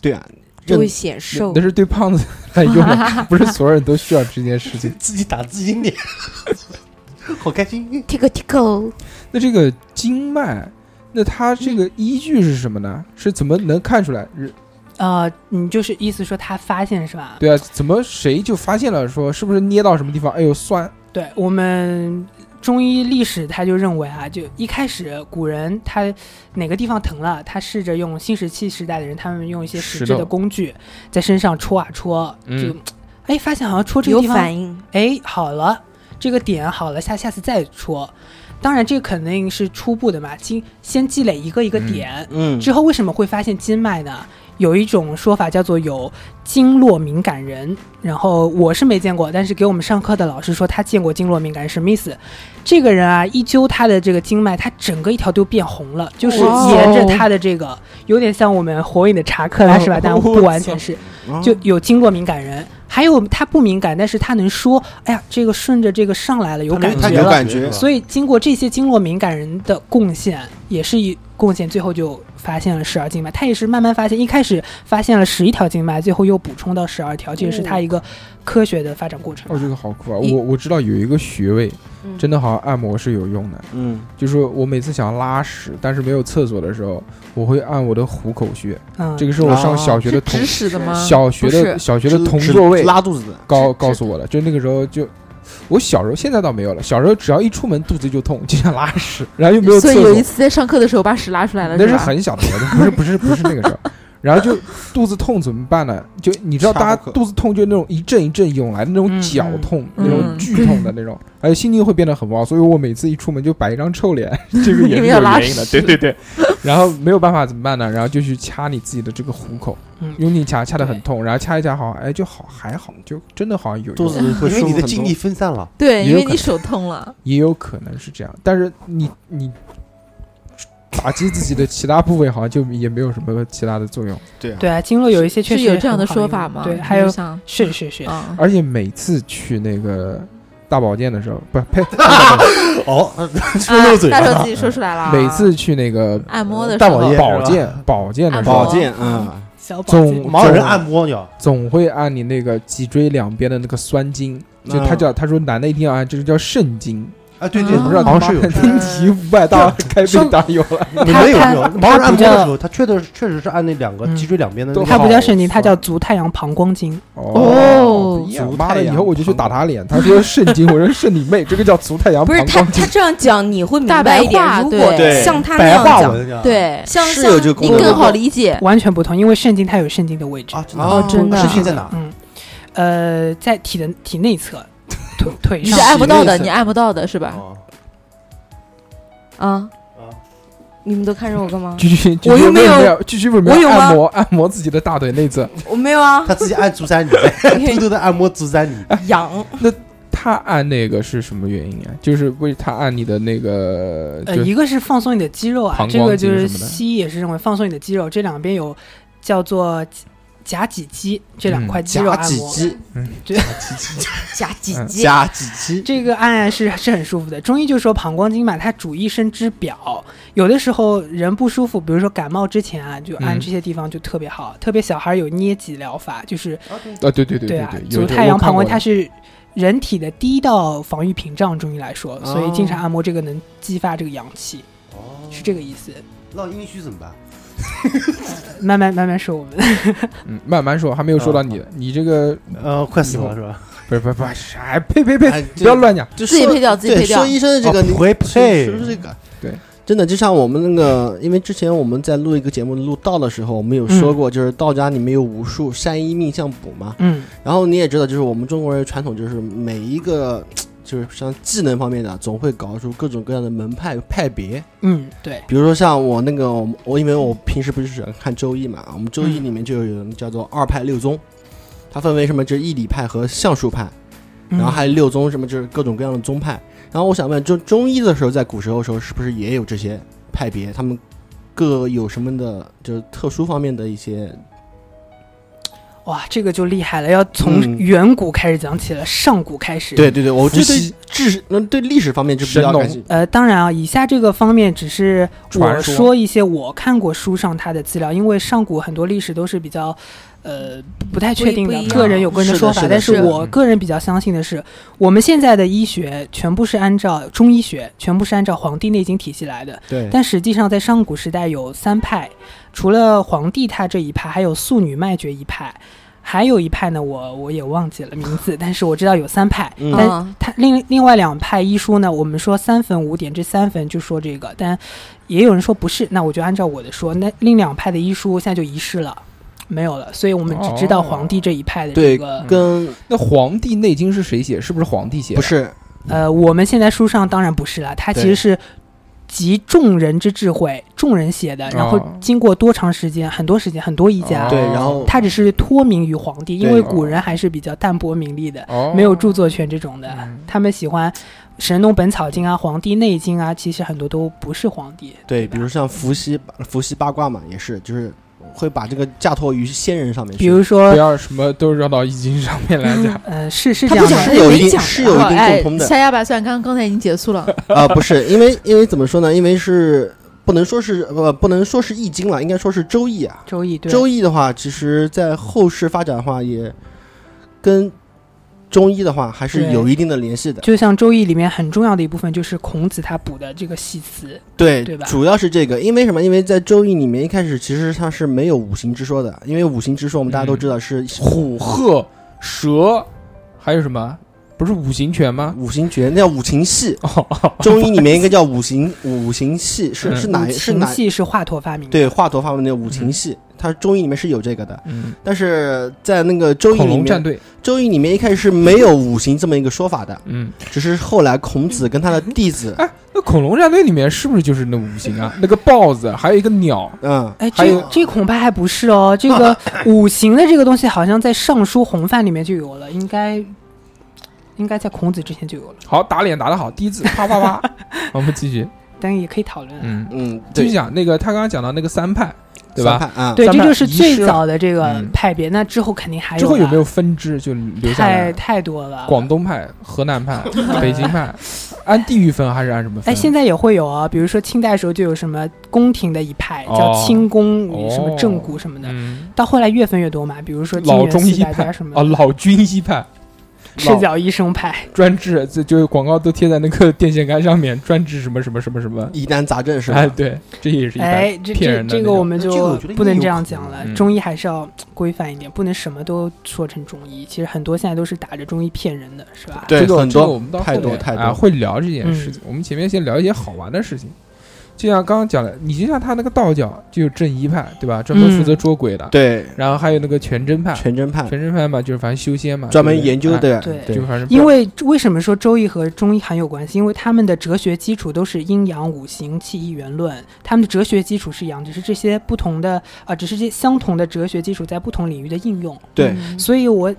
对啊，就任会显瘦那。是对胖子 来用 的，不是所有人都需要这件事情。自己打自己脸，好开心。 tickle tickle，那这个经脉，那它这个依据是什么呢？是怎么能看出来？是呃，你就是意思说他发现是吧？对啊，怎么谁就发现了说是不是捏到什么地方？哎呦酸，对我们中医历史，他就认为啊，就一开始古人他哪个地方疼了，他试着用新石器时代的人，他们用一些石实质头的工具在身上戳啊戳，就嗯哎发现好像戳这个有地方反应，哎好了，这个点好了，下下次再戳。当然，这个肯定是初步的嘛，经先积累一个一个嗯点，嗯，之后为什么会发现经脉呢？有一种说法叫做有经络敏感人，然后我是没见过，但是给我们上课的老师说他见过经络敏感人，什么意思？这个人啊，一揪他的这个经脉，他整个一条都变红了，就是哇哦沿着他的这个，有点像我们火影的查克拉是吧哦？但不完全是，哦就有经络敏感人，还有他不敏感，但是他能说，哎呀，这个顺着这个上来了，有感他觉有了，感觉，所以经过这些经络敏感人的贡献，也是一贡献，最后就发现了十二经脉。他也是慢慢发现，一开始发现了十一条经脉，最后又补充到十二条，这也是他一个科学的发展过程哦，。这个好酷啊！一我我知道有一个穴位，嗯真的好像按摩是有用的。嗯， 就是我每次想拉屎，但是没有厕所的时候，我会按我的虎口穴。嗯，这个是我上小学的是同指使啊的吗？小学不的是小学的只同只座位拉肚子的，告是告诉我的，就那个时候就。我小时候现在倒没有了，小时候只要一出门肚子就痛，就想拉屎，然后又没有厕所以有一所，次在上课的时候把屎拉出来了，那是是吧 很小的时候，不是不是不是那个时候。然后就肚子痛怎么办呢？就你知道，掐不大家可肚子痛就那种一阵一阵涌来的那种嗯绞嗯痛，嗯那种剧痛的那种，而且心情会变得很不好。所以我每次一出门就摆一张臭脸，这个也因是为有要拉原因的。对对对，然后没有办法怎么办呢？然后就去掐你自己的这个虎口，嗯用力掐，掐得很痛，然后掐一掐好，哎，就好还好，就真的好像有用肚子因会为舒服你的很精多力。分散了，对，也因有为可你手痛了，也有可能是这样，但是你你打击自己的其他部位，好像就也没有什么其他的作用。对啊，对啊，经络有一些确是实有哦这样嗯很的好说用法吗？对，还 有像是是是，啊，而且每次去那个大保健的时候，不是 呸，啊哦，说啊漏嘴大手了自。己说出来了啊， 每次去那个按摩的时大候，保健保健保健的时候按摩保，健啊，小宝总毛人总按摩你知道，总会按你那个脊椎两边的那个酸筋，就他嗯叫他说男的一定要按，这个叫肾经，哎，对嗯对，哦我不知道好像是有，听题五百大开背大有 了，没有没有他毛人按摩他比较的时候，哦他确实确实是按那两个嗯脊椎两边的那都个，它不叫好肾经，它酸叫足太阳膀胱经。哦不一样足妈太的，以阳后我就去打膀他脸。他说肾经，我说肾你妹，这个叫足太阳不膀是他胱经他。这样讲你会明大白白一点话，如果对像他那白样话讲，文，你知道对，像室像友就跟你我更说好理解，完全不同，因为肾经它有肾经的位置啊，，真的哦真的是现在哪？嗯，呃，在体的体内侧，腿腿你上是按不到的，是你按不到的是吧？哦啊啊，你们都看着我 干嘛？居居，居我居又为没什么有要，居居为什么我有要按吗摩按摩自己的大腿内侧？我没有啊， 他自己按足三里，偷偷的按摩足三里，痒，他按那个是什么原因啊？就是为他按你的那个，呃，就一个是放松你的肌肉啊，膀胱这个就经什是么的西医也是认为放松你的肌肉，这两边有叫做夹脊肌这两嗯块肌肉夹按几摩，肌，夹几嗯节，夹几肌，这个按按是是很舒服的。中医就说膀胱经嘛，它主一身之表，有的时候人不舒服，比如说感冒之前啊，就按嗯这些地方就特别好。特别小孩有捏脊疗法，就是啊，对对对啊对，，有足这太我阳看膀过胱它是。人体的第一道防御屏障，中医来说，所以经常哦按摩这个能激发这个阳气，哦是这个意思。呃闹阴虚怎么办？慢慢慢慢说我们。 嗯，慢慢说，还没有说到你，你这个呃，快死以后了是 吧？不是不是不是，哎，呸呸呸，哎不要乱讲，就自己说配掉，自己对配掉说。医生的这个哦你不会配说这个对。真的，就像我们那个，因为之前我们在录一个节目，录道的时候，我们有说嗯过，就是道家里面有武术、山医命相卜嘛。嗯，然后你也知道，就是我们中国人传统，就是每一个就是像技能方面的，总会搞出各种各样的门派派别。嗯，对，比如说像我那个，我们我因为我平时不是喜欢看《周易》嘛，我们《周易》里面就有人叫做二派六宗，它分为什么？就是易理派和相术派，嗯然后还有六宗什么，就是各种各样的宗派。然后我想问，就中医的时候，在古时候的时候，是不是也有这些派别？他们各有什么的，就是特殊方面的一些？哇，这个就厉害了，要从嗯远古开始讲起了，上古开始。对，对对，我伏这对羲知嗯对历史方面就比较神农感兴趣。呃，当然啊，以下这个方面只是我传说说一些我看过书上它的资料，因为上古很多历史都是比较。呃，不太确定不一的不一，样个人有个人是的说法是，的但是是的我个人比较相信的是，我们现在的医学全部是按照中医学，全部是按照《黄帝内经》体系来的。对，但实际上，在上古时代有三派，除了黄帝他这一派，还有素女卖觉一派，还有一派呢，我我也忘记了名字，但是我知道有三派。嗯但啊他另另外两派医书呢，我们说三分五典，这三分就说这个，但也有人说不是，那我就按照我的说，那另两派的医书现在就遗失了。没有了，所以我们只知道哦黄帝这一派的对这个，跟那《黄帝内经》是谁写？是不是皇帝写？不，是呃，我们现在书上当然不是了，它其实对是集众人之智慧，众人写的，然后哦经过多长时间，很多时间，很多医哦家，对，然后他只是脱名于皇帝，因对为古人还是比较淡泊名利的，哦，没有著作权这种的，嗯他们喜欢《神农本草经》啊，《黄帝内经》啊，其实很多都不是皇帝，对，比如像伏羲，伏羲八卦嘛，也是，就是会把这个嫁托于仙人上面去。比如不说，要什么都绕到易经上面来 讲。呃，是是他这不样讲的，是有一没定讲是有一定共通的哎、下压把算，刚刚才已经结束了。啊、不是，因为因为怎么说呢？因为是不能说是呃不能说是易经了，应该说是周易啊。周易对，周易的话，其实在后世发展的话，也跟中医的话还是对有一定的联系的。就像周易里面很重要的一部分就是孔子他补的这个系辞，对，对吧主要是这个，因为什么？因为在周易里面一开始其实它是没有五行之说的，因为五行之说我们大家嗯都知道是虎、鹤、蛇，还有什么？不是五行拳吗？五行诀，那叫五行系。啊哦，嗯中医里面应该叫五行五行系，是是哪五是禽哪？戏是华佗发明的，对，华佗发明的五禽戏，它中医里面是有这个的，嗯，但是在那个周易恐里龙战面，队，周易里面一开始是没有五行这么一个说法的，嗯，只是后来孔子跟他的 弟子，哎，那恐龙战队里面是不是就是那五行啊？ 那个豹子，还有一个鸟，嗯，哎，还有这这恐怕还不是哦。这 个五行的这个东西，好像在《尚书·洪范》里面就有了，应该应该在孔子之前就有了，好打脸打得好，第 一次啪啪啪。我们继续，但也可以讨论。啊嗯，嗯，继续对，讲那个他刚刚讲到那个三派，对吧？三派？啊，对，咱这们就是遗最失早的这个嗯派别。那之后肯定还有之后有没了有分支就留下太来？太多了？广东派、河南派、北京 派，按地域分还是按什么分？哎，现在也会有啊，比如说清代时候就有什么宫廷的一派哦叫清宫，哦什么正骨什么的。嗯，到后来越分越多嘛，比如说金老元中四医大家派什么哦，老军医派赤脚医生派，专治，这就是广告都贴在那个电线杆上面，专治什么什么什么什么。疑难杂症是吧哎，？对，这也是一派哎，这骗这人的这那个种我们这个就我觉得不能应该这有样可讲了能。嗯中医还是要规范一点，不能什么都说成中医。其实很多现在都是打着中医骗人的，是吧？对这个很这个多我们到太后多面太啊多会聊这件嗯事情。我们前面先聊一些好玩的事情，就像刚刚讲的，你就像他那个道教就有正一派，对吧？专门负责嗯捉鬼的，对， 然后还有那个全真派，全真派全真派嘛，就是反正修仙嘛，专对门不对研究哎的，对就反正因为为什么说周易和中医很有关系？因为他们的哲学基础都是阴阳五行气一元论，他们的哲学基础是一样，只是这些不同的啊、只是这相同的哲学基础在不同领域的应用。对，所以我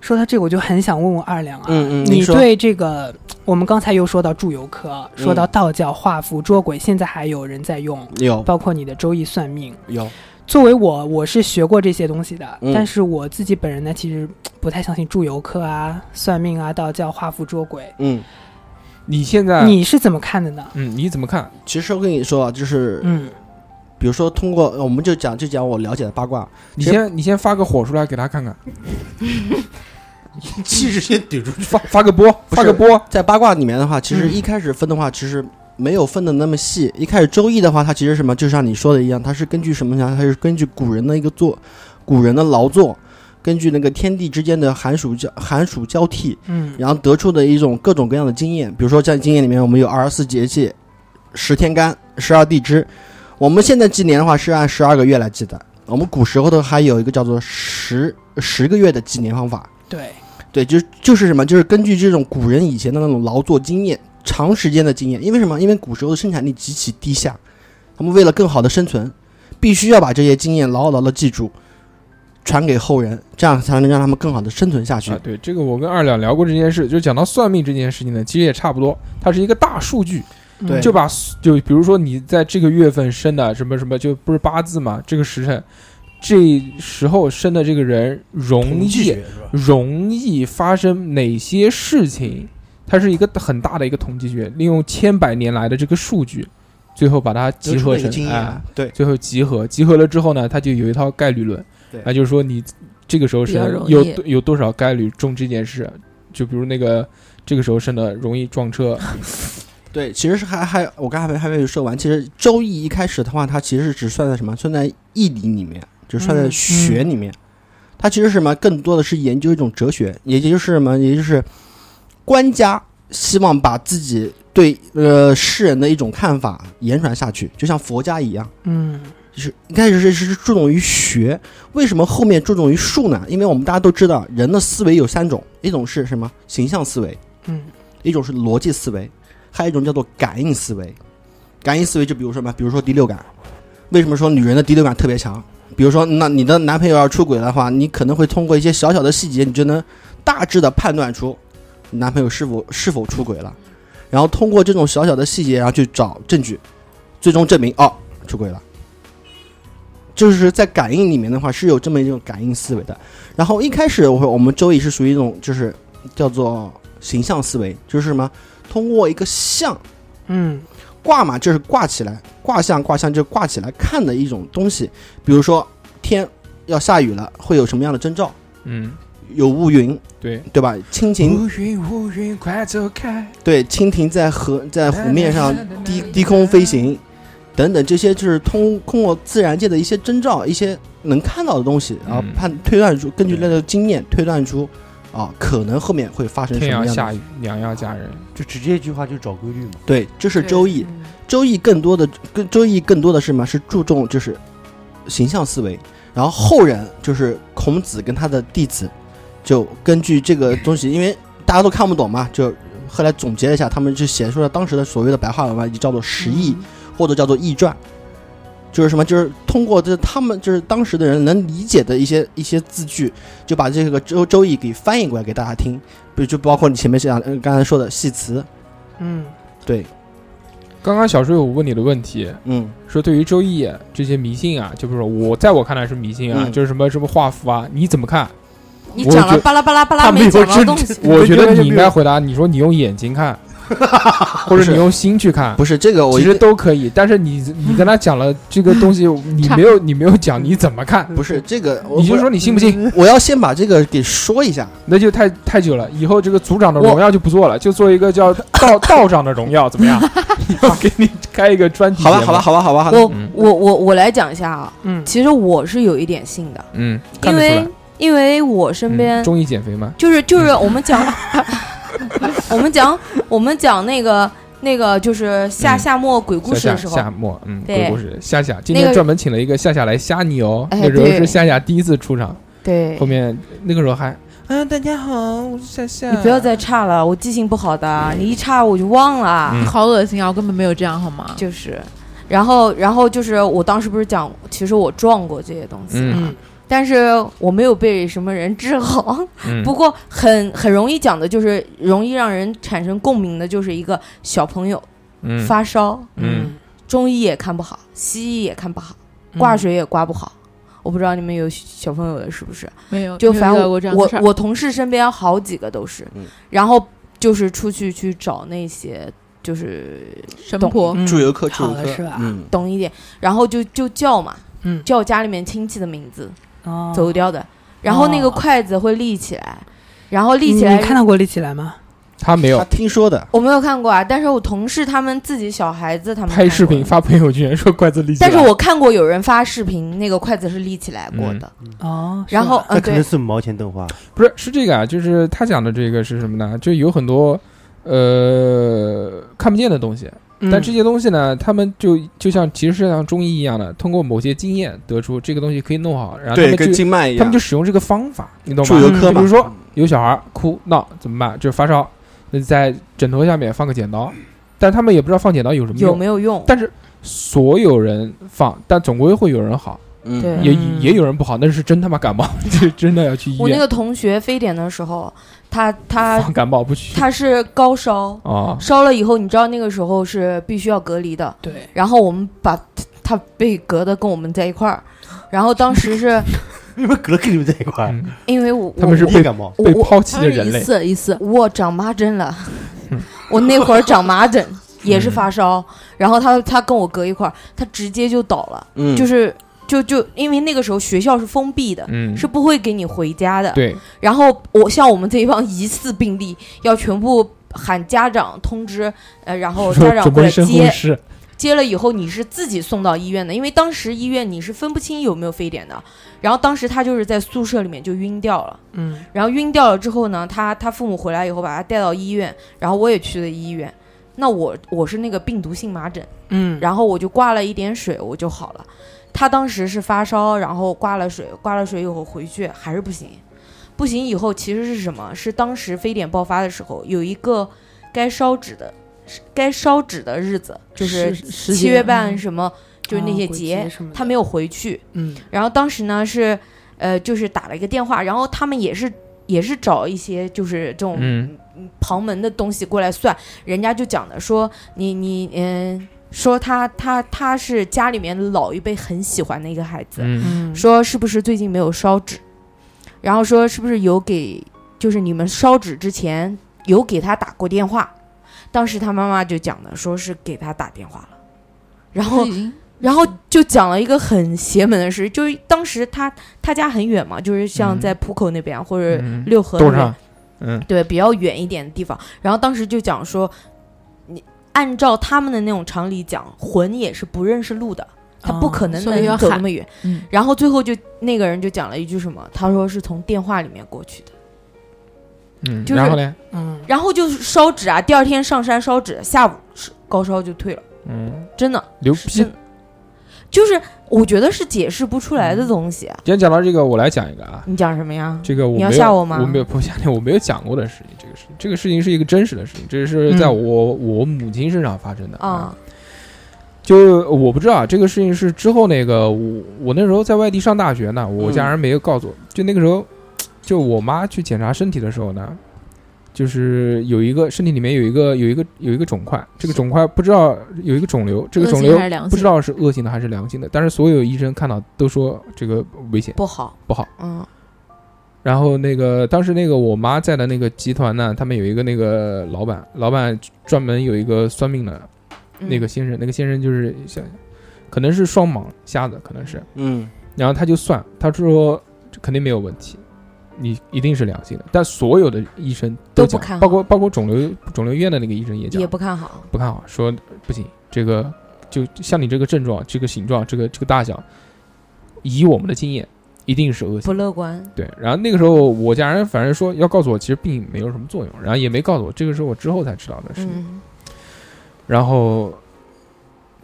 说到这个，我就很想问问二两啊，嗯嗯你您说对这个我们刚才又说到祝由科，说嗯到道教画符捉鬼，现在还有人在用，有包括你的周易算命。有，作为我，我是学过这些东西的，嗯但是我自己本人呢，其实嘖不太相信祝由科啊、算命啊、道教、画符捉鬼。嗯，你现在你是怎么看的呢？嗯你怎么看？其实我跟你说啊，就是嗯，比如说通过，呃我们就讲就讲我了解的八卦，你其实先你先发个火出来给他看看，气势先怼出去。发发个波，不发是个波。在八卦里面的话，其实嗯一开始分的话，其实没有分的那么细。一开始《周易》的话，它其实什么，就像你说的一样，它是根据什么呢？它是根据古人的一个作，古人的劳作，根据那个天地之间的寒暑交寒暑交替，嗯，然后得出的一种各种各样的经验。比如说，在经验里面，我们有二十四节气、十天干、十二地支。我们现在纪年的话是按十二个月来记的，我们古时候的还有一个叫做十十个月的纪年方法。对，对，就是就是什么，就是根据这种古人以前的那种劳作经验、长时间的经验，因为什么？因为古时候的生产力极其低下，他们为了更好的生存，必须要把这些经验牢牢的记住，传给后人，这样才能让他们更好的生存下去啊，。对，这个我跟二两聊过这件事，就讲到算命这件事情呢，其实也差不多，它是一个大数据，嗯对就把就比如说你在这个月份生的什么什么，就不是八字嘛，这个时辰，这时候生的这个人容易是吧？容易发生哪些事情，它是一个很大的一个统计学，利用千百年来的这个数据，最后把它集得出合了一个成经验哎啊，对最后集合，集合了之后呢，它就有一套概率论对，那就是说你这个时候比较生容易有多有多少概率中这件事，就比如那个这个时候生的容易撞 车，对，其实是还还我刚才还没还没有说完，其实《周易》一开始的话，它其实是只算在什么？算在易理里面，就是算在嗯学里面。它其实是什么？更多的是研究一种哲学，也就是什么？也就是官家希望把自己对呃世人的一种看法言传下去，就像佛家一样。嗯，就是一开始是是注重于学，为什么后面注重于术呢？因为我们大家都知道，人的思维有三种，一种是什么形象思维，嗯，一种是逻辑思维，还有一种叫做感应思维。感应思维就比如说什么，比如说第六感。为什么说女人的第六感特别强？比如说，那你的男朋友要出轨的话，你可能会通过一些小小的细节，你就能大致的判断出你男朋友是否是否出轨了，然后通过这种小小的细节，然后去找证据，最终证明哦出轨了。就是在感应里面的话，是有这么一种感应思维的。然后一开始我会我们周易是属于一种就是叫做形象思维，就是什么通过一个象嗯，挂嘛，就是挂起来，卦象卦象就是挂起来看的一种东西。比如说天要下雨了，会有什么样的征兆？嗯，有乌云，对。对吧？蜻蜓云乌云，快走开！对蜻蜓在河在湖面上低低空飞行，等等，这些就是通通过自然界的一些征兆、一些能看到的东西，然后嗯判推断出，根据那个经验推断出，啊，可能后面会发生什天要么样的下雨，娘要嫁人。就直接一句话就找规律嘛。对，这是周易。嗯周易更多的，更周易更多的是什么？是注重就是形象思维，然后后人就是孔子跟他的弟子，就根据这个东西，因为大家都看不懂嘛，就后来总结了一下，他们就写出了当时的所谓的白话文嘛，也叫做十义，或者叫做易传。就是什么？就是通过这他们就是当时的人能理解的一些一些字句，就把这个周周易给翻译过来给大家听。比如就包括你前面讲呃刚才说的系辞，嗯，对，刚刚小时候有问你的问题，嗯，说对于周易这些迷信啊，就比如说我在我看来是迷信啊，嗯就是什么什么画符啊，你怎么看？你我讲觉了巴拉巴拉巴拉他没有讲到真东西，我觉得你应该回答，你说你用眼睛看，或者你用心去看，不是这个我其一实都可以。但是你你跟他讲了这个东西，你差没有你没有讲你怎么看，不嗯是这个，嗯我你就说你信不信？我要先把这个给说一下。那就太太久了，以后这个组长的我荣耀就不做了，就做一个叫 道道长的荣耀，怎么样？ 以后给你开一个专题。好吧，好吧，，好吧，好吧，好吧。我嗯我我我来讲一下啊，嗯，其实我是有一点信的，嗯，看因得出为来。因为我身边嗯中医减肥吗？就是就是我们 讲，我们讲我们讲那个那个就是夏嗯夏末鬼故事夏的时夏候，夏末，嗯，对鬼故事夏夏，今那天个专门请了一个夏夏来吓你哦。哎那时候对是夏夏第一次出场，对后，面那个时候还啊，大家好，我是夏夏。你不要再差了，我记性不好的，你一差我就忘了。嗯好恶心啊！我根本没有这样好吗？就是，然后然后就是我当时不是讲，其实我撞过这些东西，嗯嗯但是我没有被什么人治好。嗯，不过很很容易讲的就是容易让人产生共鸣的，就是一个小朋友嗯发烧，嗯，中医也看不好，西医也看不好，嗯挂水也刮不好。我不知道你们有小朋友的是不是？没有，就哦没有反遇正到我过这样的我事儿我同事身边好几个都是，嗯然后就是出去去找那些就是神懂婆，祝游客，祝游好客了是吧，嗯，懂一点，然后就就叫嘛，嗯叫家里面亲戚的名字、哦走掉的，然后那个哦筷子会立起来，然后立你起来你看到过立起来吗？他没他有听说的，我没有看过啊，但是我同事他们自己小孩子他们看拍过视频，发朋友圈说筷子立起来。但是我看过有人发视频，那个筷子是立起来过的，哦，是然后吧嗯那可能对，是五毛钱动画，不是是这个啊，就是他讲的这个是什么呢？就有很多呃看不见的东西，嗯嗯但这些东西呢，他们就就像其实是像中医一样的，通过某些经验得出这个东西可以弄好，然后他对，们跟就经脉一他们样就。使用这个方法，你懂祝游吗？客嗯嘛，比如说有小孩哭闹怎么办？就是发烧，那在枕头下面放个剪刀，但他们也不知道放剪刀有什么有用没，有用？但是所有人放，但总归会有人好，嗯，对也嗯也有人不好，那是真他妈感冒， 就真的要去医我那院个同学非典的时候，他他防感冒不去他是高烧，啊。烧了以后，你知道那个时候是必须要隔离的，对，然后我们把他他被隔的跟我们在一块儿，然后当时是 你们隔了跟你们在一块 儿，嗯因为我他们是我也感冒，我被我抛弃他的是人一类，嗯次一次，我长麻疹 了，我那会儿长麻疹也是发烧，然后他他跟我隔一块儿，他直接就倒了，嗯，就是就就因为那个时候学校是封闭的。嗯，是不会给你回家的。对，然后我像我们这一帮疑似病例，要全部喊家长通知，呃，然后说家长准备过来深呼接，吸，接了以后你是自己送到医院的，因为当时医院你是分不清有没有非典的。然后当时他就是在宿舍里面就晕掉了，嗯然后晕掉了之后呢，他他父母回来以后把他带到医院，然后我也去了医院。那我我是那个病毒性麻疹，嗯，然后我就挂了一点水，我就好了。他当时是发烧，然后挂了水，挂了水以后回去还是不行，不行以后其实是什么？是当时非典爆发的时候，有一个该烧纸的，是该烧纸的日子，就是十十七节月半嗯什么，就是那哦些鬼节，什么的他没有回去。嗯然后当时呢是，呃，就是打了一个电话，然后他们也是也是找一些就是这种嗯旁门的东西过来算，人家就讲的说你你嗯，说他他他是家里面老一辈很喜欢的一个孩子，嗯嗯说是不是最近没有烧纸，然后说是不是有给就是你们烧纸之前有给他打过电话，当时他妈妈就讲的说是给他打电话了，然后是已经然后就讲了一个很邪门的事，就是当时他他家很远嘛，就是像嗯在浦口那边、或者嗯，六合那都边，上，嗯对比较远一点的地方。然后当时就讲说，你按照他们的那种常理讲，魂也是不认识路的，他不可能哦所以要能走那喊么远。嗯然后最后就那个人就讲了一句什么，他说是从电话里面过去的。嗯，就是然后呢，嗯然后就是烧纸啊，第二天上山烧纸，下午是高烧就退了，嗯，真的牛是真逼的，就是我觉得是解释不出来的东啊西。既然讲到这个，我来讲一个啊，你讲什么呀？这个我你要没有吓我吗没有不吓你，我没有讲过的事情。这个事，这个事情是一个真实的事情，这是在嗯我、我母亲身上发生的哦啊、就我不知道啊这个事情是之后那个我我那时候在外地上大学呢，我家人没有告诉我。就那个时候，就我妈去检查身体的时候呢，就是有一个身体里面有一个有一个有一个肿块，这个肿块不知道有一个肿瘤，这个恶肿性瘤还是良性不知道是恶性的还是良性的，但是所有医生看到都说这个危险不好，不好。嗯然后那个当时那个我妈在的那个集团呢，他们有一个那个老板，老板专门有一个算命的嗯那个先生，那个先生就是像，可能是双盲瞎子，可能是，嗯，然后他就算，他说这肯定没有问题，你一定是良性的。但所有的医生都不讲，看好包括包括肿瘤肿瘤医院的那个医生也讲，也不看好，不看好，说不行，这个就像你这个症状、这个形状、这个这个大小，以我们的经验，一定是恶性的。不乐观。对，然后那个时候我家人反正说要告诉我，其实并没有什么作用，然后也没告诉我，这个是我之后才知道的事情。嗯，然后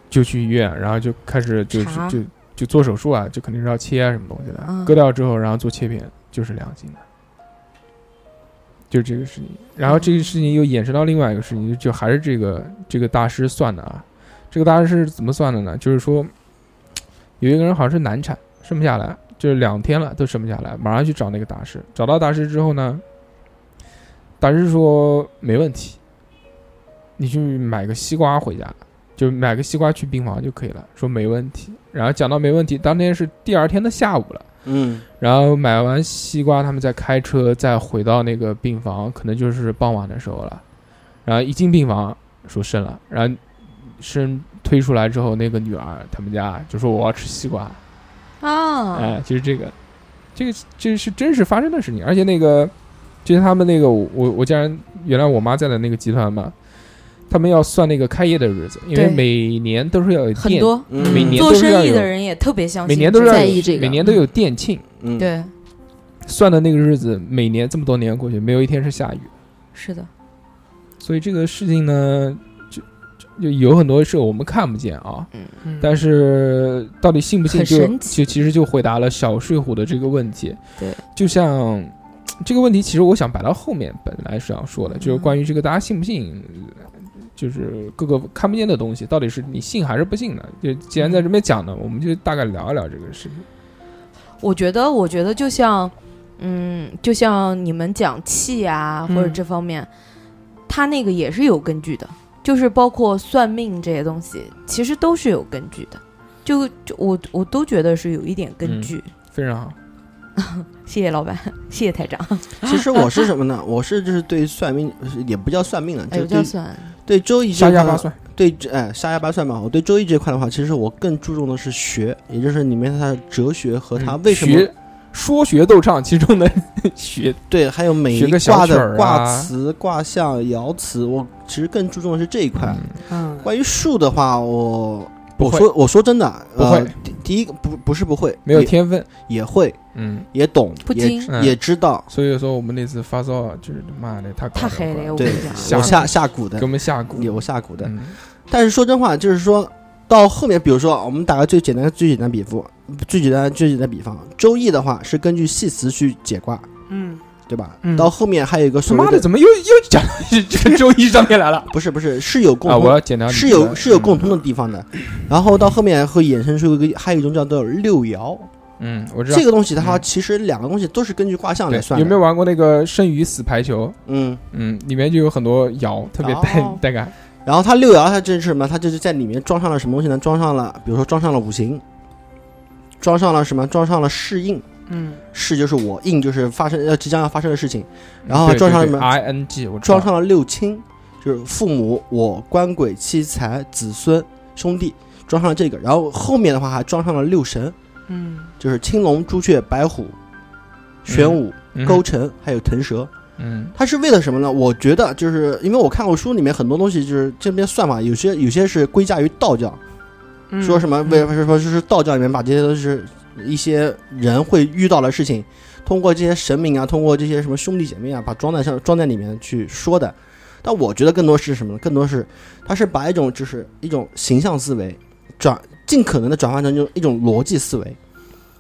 就去医院，然后就开始就查就就做手术啊，就肯定是要切啊什么东西的，嗯割掉之后，然后做切片，就是良性的，就这个事情。然后这个事情又衍生到另外一个事情，就还是这个这个大师算的啊，这个大师是怎么算的呢？就是说有一个人好像是难产，生不下来，就是两天了都生不下来，马上去找那个大师。找到大师之后呢，大师说没问题，你去买个西瓜回家，就买个西瓜去病房就可以了。说没问题，然后讲到没问题，当天是第二天的下午了。嗯，然后买完西瓜，他们再开车再回到那个病房，可能就是傍晚的时候了。然后一进病房，说生了，然后生推出来之后，那个女儿他们家就说我要吃西瓜，啊，哎，就是这个，这个这是真实发生的事情，而且那个就是他们那个我我我家人原来我妈在的那个集团嘛，他们要算那个开业的日子，因为对每年都是要有很店，多嗯每年做都是要生意有的人也特别相信，每年都是要在有意这个每年都有店庆，嗯，对，算的那个日子，每年这么多年过去，没有一天是下雨，是的，所以这个事情呢，就就就有很多是我们看不见啊，嗯但是到底信不信很就，神就其实就回答了小睡虎的这个问题。对，就像这个问题，其实我想摆到后面，本来是想说的，嗯就是关于这个大家信不信，就是各个看不见的东西，到底是你信还是不信呢？就既然在这边讲呢，我们就大概聊一聊这个事情。我觉得，我觉得就像，嗯，就像你们讲气啊，嗯或者这方面，他那个也是有根据的，就是包括算命这些东西，其实都是有根据的。就就我我都觉得是有一点嗯根据。非常好，嗯谢谢老板， 谢谢台长。其实我是什么呢？我是就是对算命也不叫算命了，哎，就我对叫算，对周易这瞎一块压八呢，算，对这哎瞎压八算嘛。我对周易这一块的话，其实我更注重的是学，也就是里面它的哲学和它为什么嗯学说学逗唱其中的学对，还有每一学个小卦曲儿啊的卦辞、卦象、爻辞，我其实更注重的是这一块。嗯，关于术的话，我不我会说我说真的，不呃会第第一个不不是不会，没有也天分，也会嗯，也懂，不也精嗯也知道，所以说我们那次发烧啊就是妈的，他太黑了，我跟对你讲，吓我唬下下蛊给我的，们下蛊，有下蛊的。嗯但是说真话，就是说到后面，比如说我们打个最简单、最简单比方，最简单、最简单比方，《周易》的话是根据系辞去解卦，嗯，对吧？嗯到后面还有一个他所妈谓的，怎么又又讲到这 这个周易上面来了不是不是是有 共啊？通我要剪掉你嗯是这个有是有共，通的地方的，然后到后面会衍生出一个，还有一种叫做六爻，嗯，嗯我知道这。个东西的话，嗯其实两个东西都是根据卦象来对，算有的。没有？玩过那个生与死排球？嗯，嗯，里面就有很多爻，特别带哦 带感。然后它六爻它这是什么？它就是在里面装上了什么东西呢？装上了，比如说装上了五行，装上了什么？装上了适应，嗯，适就是我，应就是发生呃要即将要发生的事情，然嗯后对撞上对啊什么对 I N G，我知道装上了六亲，就是父母、我、官鬼、妻财、子孙、兄弟，装上了这个，然后后面的话还装上了六神，嗯，就是青龙、朱雀、白虎、玄武、嗯勾陈，还有腾蛇。嗯它是为了什么呢？我觉得就是因为我看过书里面很多东西，就是这边算法有些有些是归嫁于道教，嗯说什么为什么说就是道教里面把这些都是一些人会遇到的事情，通过这些神明啊，通过这些什么兄弟姐妹啊，把装在上装在里面去说的。但我觉得更多是什么呢？更多是它是把一种就是一种形象思维转尽可能的转换成就一种逻辑思维，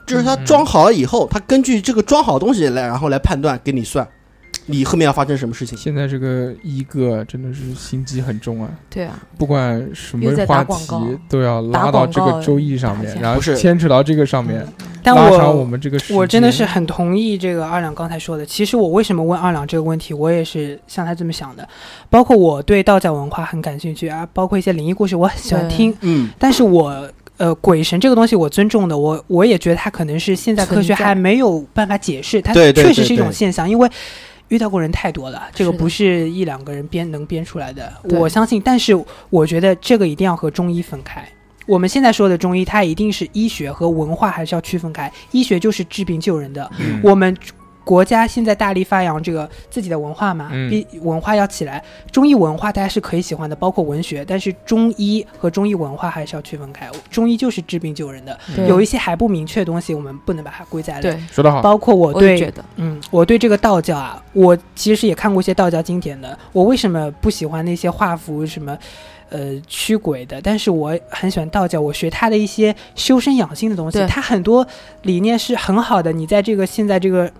就是它装好了以后，它根据这个装好的东西来，然后来判断给你算，你后面要发生什么事情。现在这个一个真的是心机很重啊，对啊，不管什么又在话打广告题都要拉打到广这告个周易上面打，钱然后不是牵扯到这个上面，嗯但拉长我我们这个时我真的间是很同意这个二两刚才说的。其实我为什么问二两这个问题，我也是像他这么想的。包括我对道家文化很感兴趣啊，包括一些灵异故事我很喜欢对听，嗯，但是我。呃，鬼神这个东西我尊重的，我我也觉得它可能是现在科存学在还没有办法解释，它对对确实对是一对种现象，因为遇到过人太多了，这个是的不是一两个人编能编出来的。对我相信，但是我觉得这个一定要和中医分开。我们现在说的中医，它一定是医学和文化还是要区分开。医学就是治病救人的，嗯我们国家现在大力发扬这个自己的文化嘛，嗯比文化要起来。中医文化大家是可以喜欢的，包括文学，但是中医和中医文化还是要区分开。中医就是治病救人的，对有一些还不明确的东西，我们不能把它归在类。对，说得好，包括我我也对觉得嗯，我对这个道教啊，我其实也看过一些道教经典的。我为什么不喜欢那些画符什么，呃，驱鬼的？但是我很喜欢道教，我学它的一些修身养性的东西。对它很多理念是很好的，你在这个现在这个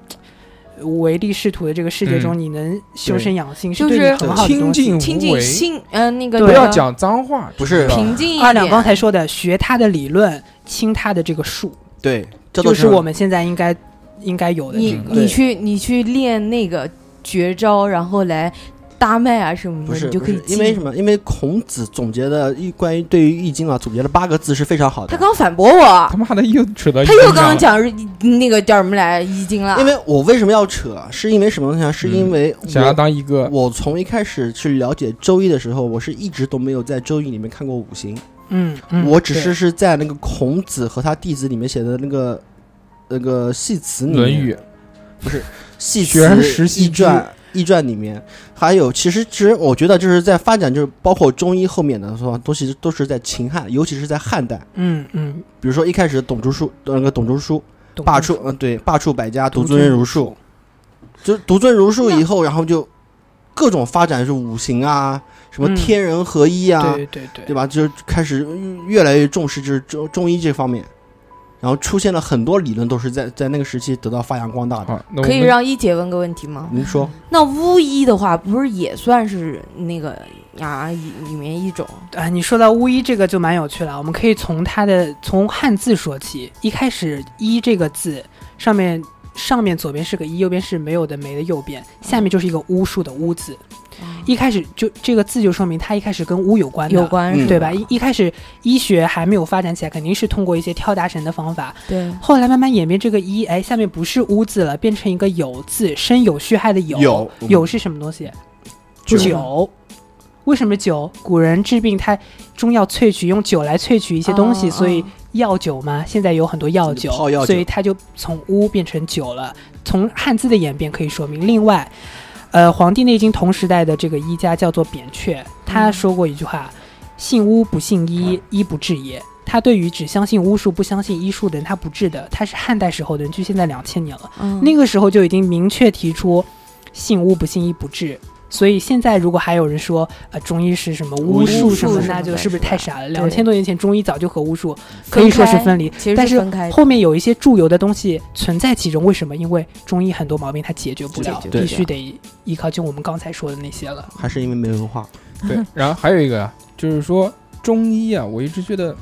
呃唯利是图的这个世界嗯中，你能修身养性，就是对你很好的清东西。静亲无近为，心，呃，那个对啊不要叫讲脏话，不知是道吧平静一点。二两刚才说的，学它的理论，清它的这个术，对，这就都是我们现在应该应该有的这你个。你对去你去练那个绝招，然后来搭脉啊什么不的，是你就不可以是记因为什么？因为孔子总结的一关于对于易经啊，总结了八个字是非常好的他。刚反驳我他，妈的又扯到他一又样刚了刚讲那个叫什么来易经了，因为我为什么要扯？是因为什么东西啊？是因为嗯想要我当一个我从一开始去了解周易的时候，我是一直都没有在周易里面看过五行。嗯，嗯我只对是是在那个孔子和他弟子里面写的那个那个系辞里《面论语》，系学而时辞习易之传易传里面，还有其实其实我觉得就是在发展，就是包括中医后面的说东西都是在秦汉，尤其是在汉代，嗯嗯，比如说一开始董仲舒呃那个董仲舒懂罢了黜，嗯对罢黜百家，独独尊尊儒儒术，就是独尊儒术以后，然后就各种发展是五行啊，什么嗯天人合一啊，对对对，对吧？就开始越来越重视就是中中医这方面，然后出现了很多理论都是在在那个时期得到发扬光大的。好，啊那我可以们让一姐问个问题吗？您说那巫医的话，不是也算是那个啊里里面一种？啊，你说到巫医这个就蛮有趣了，我们可以从它的从汉字说起。一开始“医”这个字上面上面左边是个“一”，右边是没有的“没”的右边，下面就是一个巫术的“巫”字。一开始就这个字就说明它一开始跟巫有关的，有关嗯是对吧？一一开始医学还没有发展起来，肯定是通过一些跳大神的方法。对，后来慢慢演变这个“医”，哎，下面不是“巫”字了，变成一个“有”字，生有虚害的“有”。有有是什么东西？酒。为什么酒？古人治病，他中药萃取用酒来萃取一一些东西，所以药酒嘛，现在有很多药哦酒，泡药酒所以它就从巫变成酒了。从汉字的演变可以说明。另外，呃，《黄帝内经》同时代的这个医家叫做扁鹊，他嗯说过一句话：“信巫不信医，医不治也。”他对于只相信巫术不相信医术的人，他不治的。他是汉代时候的人，距现在两千年了。那嗯个个时候就已经明确提出“信巫不信医不治”，所以现在如果还有人说呃中医是什么巫术什巫么术，那什么就的是不是是吧太傻了？对两千多年前中医早就和巫术可以说是分离，其实但是是分开的后面有一些注油的东西存在其中，为什么？因为中医很多毛病它解决不了解决，不必了须得依靠就我们刚才说的那些了。还是因为没文化， 对，然后还有一个啊，就是说中医啊，我一直觉得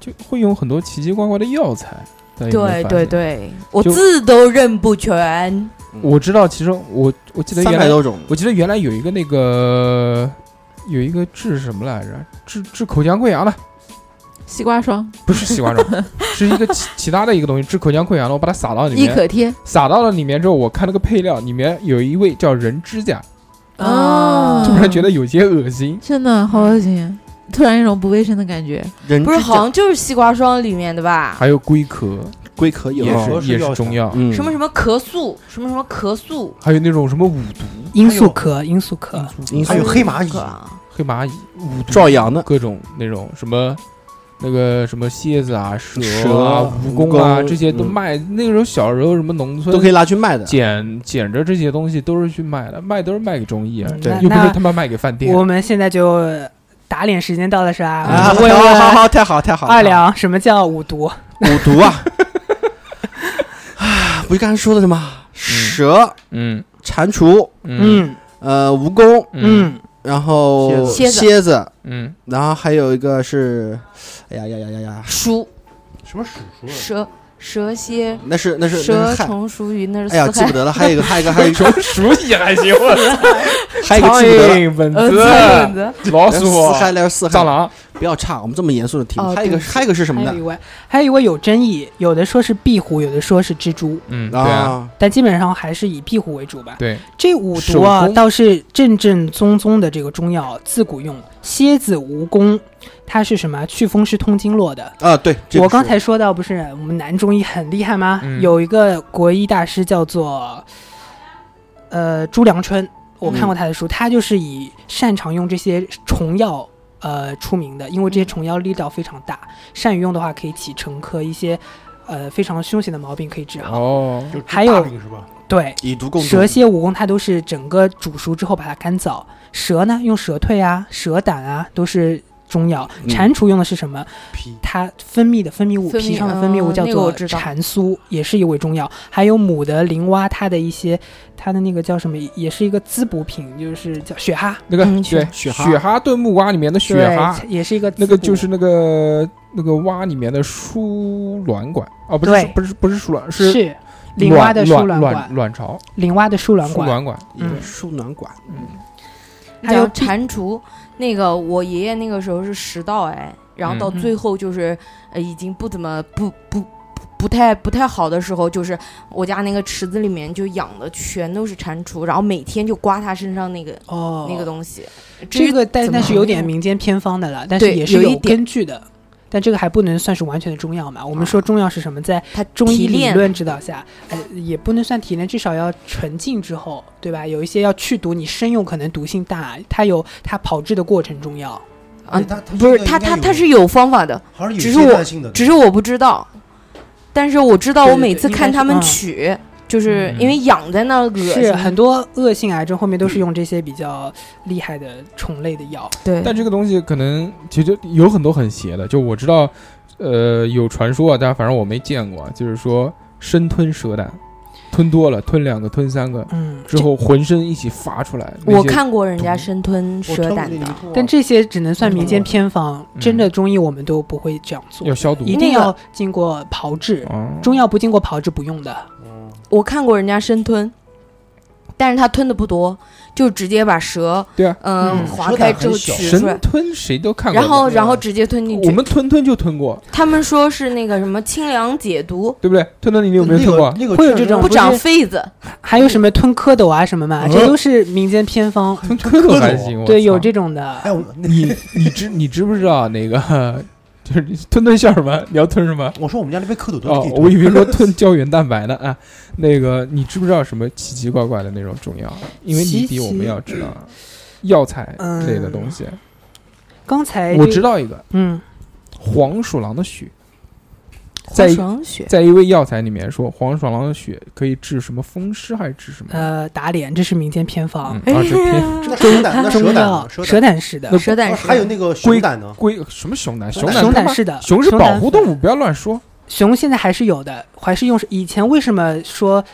就会用很多奇奇怪怪的药材。大家有没有对发对现，对，我就字都认不全。我知道，其实我我记得三原百来多种。我记得原来有一个那个有一个治什么来着？治治口腔溃疡的，西瓜霜、不是西瓜肉， 是一个其其他的一个东西，治口腔溃疡的。我把它撒到里易面，可贴撒到了里面之后，我看那个配料里面有一味叫人指甲，啊突然觉得有些恶心。真的好恶心，突然一种不卫生的感觉。人不是，之好像就是西瓜霜里面的吧？还有龟壳讲龟壳有也哦是也是药是材中药，嗯什么什么咳素，什么什么咳素，还有那种什么五毒、罂粟壳，罂粟壳，因素还有黑蚂蚁可啊黑蚂蚁、五毒壮阳的各种那种什么。那个什么蝎子啊、蛇啊、蛇蜈蚣啊，蜈蚣这些都嗯卖。那个时候小时候什么农村都可以拿去卖的。捡捡着这些嗯东西都是去卖的，卖都是卖给中医啊，对又不那是他妈卖给饭店。我们现在就打脸时间到了是吧？啊，问好好问好，太好太好。二两什么叫五毒？五毒 啊，啊，不是刚才说的什么蛇、嗯蟾蜍、嗯嗯呃蜈蚣，嗯，然后蝎子蝎子，嗯然后还有一个是，哎呀呀呀呀呀，鼠、什么鼠啊鼠？蛇、蛇蝎、那是那是那蛇是害，虫鼠鱼，那是哎呀四记不害。得了，还有一个还有一个还有一什 个么鼠蚁还行，我操 还有一个苍记不得呃了。哎蝇、蚊 呃，苍蝇子、子老四鼠、害那是四害，蟑螂，不要差，我们这么严肃的题目。哦还有一个对不起还有一个是什么还有呢一？位，还有一位有争议，有的说是壁虎，有的说是蜘蛛，嗯，对啊，啊，但基本上还是以壁虎为主吧。对，这五手毒啊，工倒是正正宗宗的这个中药，自古用。蝎子、蜈蚣，它是什么？祛风湿通经络的。啊对，这个我刚是才说到，不是我们男中医很厉害吗？嗯有一个国医大师叫做呃朱良春，我看过他的书，他就是以擅长用这些虫药呃出名的，因为这些虫药力道非常大，善于用的话可以起成科，一些呃非常凶险的毛病可以治好。哦，就还有大饼是吧？对，以毒攻毒蛇蝎、蜈蚣它都是整个煮熟之后把它干燥。蛇呢，用蛇蜕啊、蛇胆啊，都是中药。嗯蟾蜍用的是什么？皮它分泌的分泌物，分泌皮上的分泌物哦叫那个做我知道蟾酥，也是一味中药。还有母的林蛙，它的一些它的那个叫什么，也是一个滋补品，就是叫雪蛤，那个嗯对雪蛤雪蛤炖木蛙里面的雪蛤，对也是一个那个滋补就是那个那个蛙里面的输卵管哦，不是对不是不是输卵是是林蛙的输卵卵卵管，卵巢林蛙的输卵输管，卵管，一个嗯输卵管，还有讲蟾蜍，那个我爷爷那个时候是食道哎癌，然后到嗯最后就是、呃已经不怎么不不不不太不太好的时候，就是我家那个池子里面就养的全都是蟾蜍，然后每天就刮它身上那个、哦那个东西。至于这个但怎么但是有点用民间偏方的了，但是对也有是一有点根据的。但这个还不能算是完全的中药嘛？我们说中药是什么？在它中医啊提理炼论指导下，哎，也不能算提炼，至少要纯净之后，对吧？有一些要去毒，你生用可能毒性大，它有它炮制的过程中药。啊它不是它它它是有方法的，好像有只是阶我段性的，只是我不知道，但是我知道对我对每对次应看该他是们嗯取，就是嗯因为养在那儿恶心。嗯是很多恶性癌症后面都是用这些比较厉害的虫类的药。对，但这个东西可能其实有很多很邪的，就我知道，呃，有传说啊，但反正我没见过，就是说生吞蛇胆，吞多了，吞两个，吞三个嗯，之后浑身一起发出来。那我些看过人家生吞我蛇吞胆了一的，口啊但这些只能算民间嗯偏方，嗯真的中医我们都不会这样做要，消毒一那定个要经过炮制。哦，中药不经过炮制不用的。嗯我看过人家生吞，但是他吞的不多，就直接把蛇对啊嗯嗯划蛇开胆之后很小取出神来，吞谁都看过然的，后然后直接吞进我去。们吞吞就吞过，他们说是那个什么清凉解毒，对不对？吞吞你有没有那吞个过？那个会有确这实种不啊不长是痱子，还有什么吞蝌蚪啊什么嘛，嗯这都是民间偏方。吞蝌蚪还行，我对，有操这种哎，的。我 那你你知你知不知道那个 就是你吞吞馅儿吗？ 你要吞什么？我说我们家那边蝌蚪都哦是，我以为说吞胶原蛋白呢 啊。那个你知不知道什么奇奇怪怪的那种中药？因为你比我们要知道药材类的东西。刚才我这知，道一个嗯，黄鼠狼的血，在黄爽血。在一味药材里面说黄鼠狼的血可以治什么风湿还是治什么？呃，打脸，这是民间偏方嗯，，哎而且偏那蛇嗯胆，那中蛇胆药呢，蛇蛇胆是的，蛇胆啊石还有那龟个熊胆呢，龟什么熊胆？熊熊胆胆他熊胆妈是的，熊是保护动物。物，不要乱说。熊现在还是有的，还是用。以前为什么说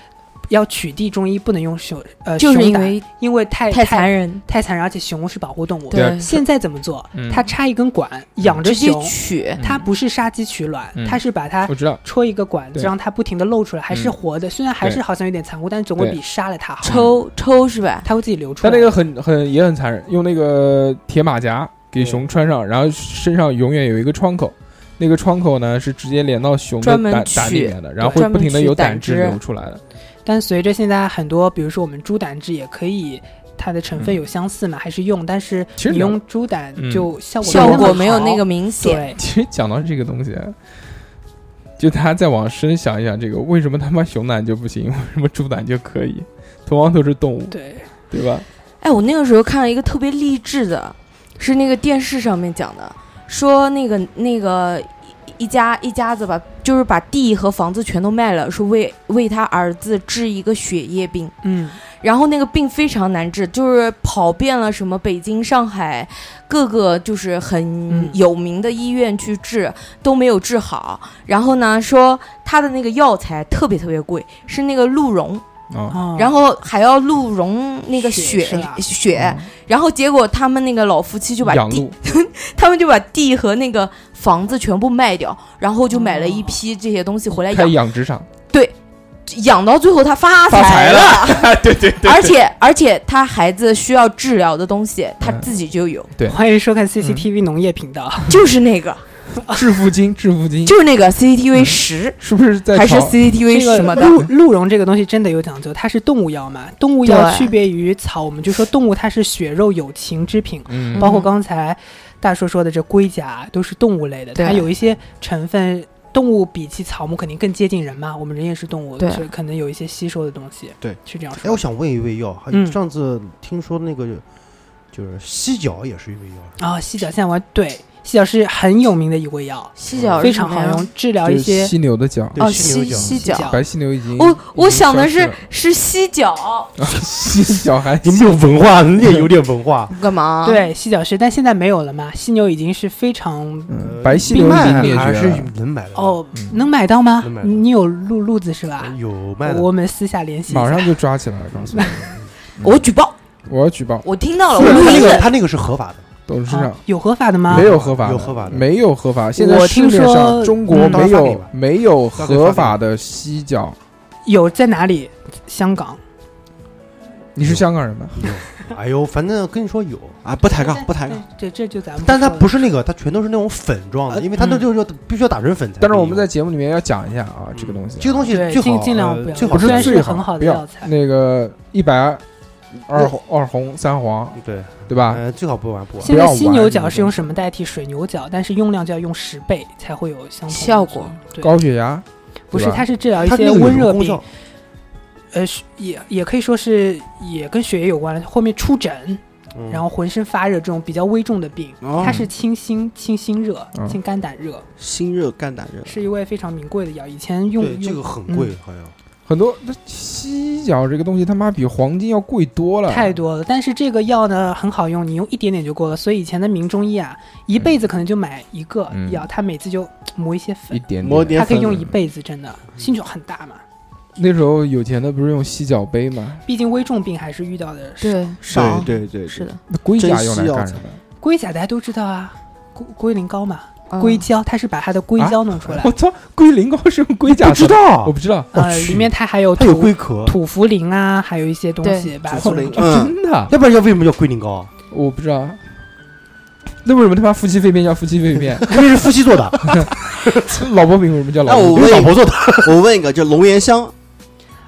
要取缔中医不能用熊？呃，就是熊因胆为因为太太残忍，太残忍，而且熊是保护动物。对啊现在怎么做嗯？它插一根管，养着直接熊，取，嗯它不是杀鸡取卵嗯，它是把它我知道，戳一个管子，对让它不停的露出来，还是嗯活的。虽然还对是好像有点残酷，但总归比杀了它好。抽抽是吧？它会自己流出但来。那个很很也很残忍，用那个铁马甲给熊穿上，然后身上永远有一个窗口，那个窗口呢是直接连到熊的专门胆取胆里面的，然后会专不门停的取有胆胆汁汁流出来的。但随着现在很多，比如说我们猪胆汁也可以，它的成分嗯有相似嘛，还是用，但是其实你两用猪胆嗯就效果效没那么果好没有那个明显。对。其实讲到这个东西，就大家再往深想一想，这个为什么他妈熊胆就不行，为什么猪胆就可以？同样都是动物，对，对吧？哎，我那个时候看了一个特别励志的，是那个电视上面讲的，说那个那个一一家一家子把就是把地和房子全都卖了，说为为他儿子治一个血液病。嗯，然后那个病非常难治，就是跑遍了什么北京、上海各个就是很嗯有名的医院去治，都没有治好。然后呢，说他的那个药材特别特别贵，是那个鹿茸，哦，哦然后还要鹿茸那个血血是吧血，然后结果他们那个老夫妻就把嗯养地路，他们就把地和那个房子全部卖掉，然后就买了一批这些东西回来开哎养，养殖场，养到最后他发发财了，对对对，而且而且他孩子需要治疗的东西他嗯自己就有，欢迎收看 CCTV 农业频道。就是那个致富经，致富经就是那个 CCTV 十是不是在还是炒 CCTV 这个嗯什么的，鹿鹿茸这个东西真的有讲究，它是动物药嘛？动物药对区别于草，我们就说动物它是血肉有情之品，嗯包括刚才大叔说的这龟甲都是动物类的，对它有一些成分。动物比起草木肯定更接近人嘛，我们人也是动物，对所以可能有一些吸收的东西。对，是这样说。哎，我想问一味药，还嗯上次听说那个就是犀角也是一味药，是吧啊，犀角现在玩对，犀角是很有名的一味药，犀角非常好用，治疗就一是些犀牛的角，对哦犀牛犀角，犀角白犀牛已经我我想的已是经消是犀角，失了 犀角还有没有文化？ 你也有点文化。干嘛？，对犀角是，但现在没有了嘛。犀牛已经是非常嗯呃白犀闭牛已麦经灭还绝是了，能买的哦，嗯能买到吗能买？到你有路路子是吧？有卖的。我们私下联系一下。马上就抓起来了，告诉你，我举报，我要举报我听到了，不我是录啊他那音个了。他那个是合法的，董事啊长。有合法的吗没？有合法，有合法的没有合法。现在我市听面上说中国嗯到时候没发给你有吧没有到时候发给合你法的犀角。有在哪里？香港。你是香港人吗？有。哎呦，反正跟你说有，啊，不抬杠，不抬杠。这这就咱们说了，但它不是那个，它全都是那种粉状的，因为它那嗯就就必须要打成粉才可以用。但是我们在节目里面要讲一下嗯啊，这个东西这个东西对最好尽尽量呃不要最好不虽然是最很好的不要药材那个一白二红二红三黄，对，对吧？呃，最好不玩不玩。现不在要犀玩牛这角个是用东西什么代替水牛角？但是用量就要用十倍才会有相同的效果作用。对，高血压不是对吧它是治疗一它那些个有温什么热功病效，呃，是也也可以说是也跟血液有关，后面出疹，嗯然后浑身发热这种比较危重的病。哦它是清心清心热嗯、清肝胆热，心热干胆热，是一味非常名贵的药。以前用嗯嗯对这个用很贵，好像很多。那犀角这个东西他妈比黄金要贵多了，太多了，但是这个药呢很好用，你用一点点就够了。所以以前的名中医啊，一辈子可能就买一个嗯药，他每次就磨一些一粉，点嗯抹点。点他可以粉用一辈子，真的兴趣很大嘛。那时候有钱的不是用犀角杯吗？毕竟危重病还是遇到的是。对，哦少对对对，是的，那龟甲真用犀来药干材什么？龟甲大家都知道啊，龟龟苓膏嘛，嗯硅胶，它是把它的硅胶弄出来我，操，龟苓膏是用龟甲不知做的，道啊我，不知道，呃，里面它还有它有土龟壳，土茯苓啊，还有一些东西把它土弄茯苓出来嗯，真的。要不然要为什么叫龟苓 膏？我不知道。那为什么他妈夫妻肺片叫夫妻肺 片？因为是夫妻做的，老婆饼为什么叫老那我婆饼？因为问老一婆做的。 我问一个，就龙涎香，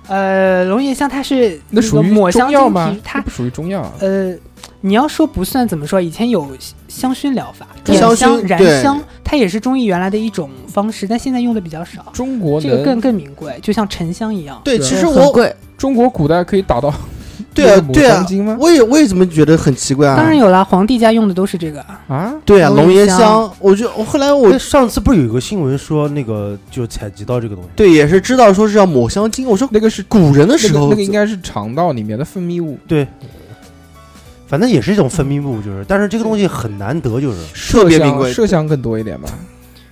呃，龙眼香它是那个属于抹中香药精吗皮？那它不属于中药啊。呃，你要说不算怎么说？以前有香薰疗法，对点香香、薰燃对香，它也是中医原来的一种方式，但现在用的比较少。中国这嗯个能，更更名贵，就像沉香一样。对，对其实很我贵，中国古代可以打到对那啊个抹对啊香鲸吗，我也我也怎么觉得很奇怪啊？当然有啦，皇帝家用的都是这个。啊，对啊，龙龙涎涎香香，我就我后来我哎上次不是有一个新闻说那个就采集到这个东西？对也是知道说是要抹香鲸，我说那个是古人的那时个候那个应该是肠道里面的分泌物，对，反正也是一种分泌物，就是，但是这个东西很难得，就是特别名香贵，麝香更多一点吧。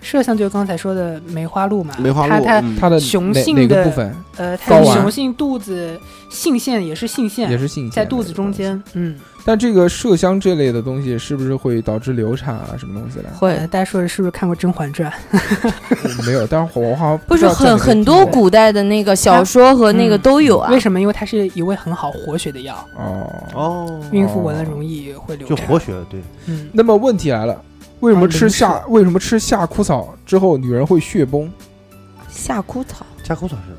麝香就是刚才说的梅花鹿嘛，梅花鹿，它它嗯它的雄哪性哪个的部分呃，它睾是丸雄性肚子性腺也是性腺，也是性在腺肚类子的中东西。间。嗯，但这个麝香这类的东西是不是会导致流产啊什么东西的？会呃，大家说是不是看过《甄嬛传》？我 没有，但是我好像不是知道在很哪个很地多方古代的那个小说和那个嗯都有啊为。什么？因为它是一味很好活血的药，哦。哦孕妇闻了容易会流就产。活血，对，嗯，那么问题来了，为什啊么吃零夏为什么吃夏枯草之后女人会血崩？夏枯草，加工草是吧？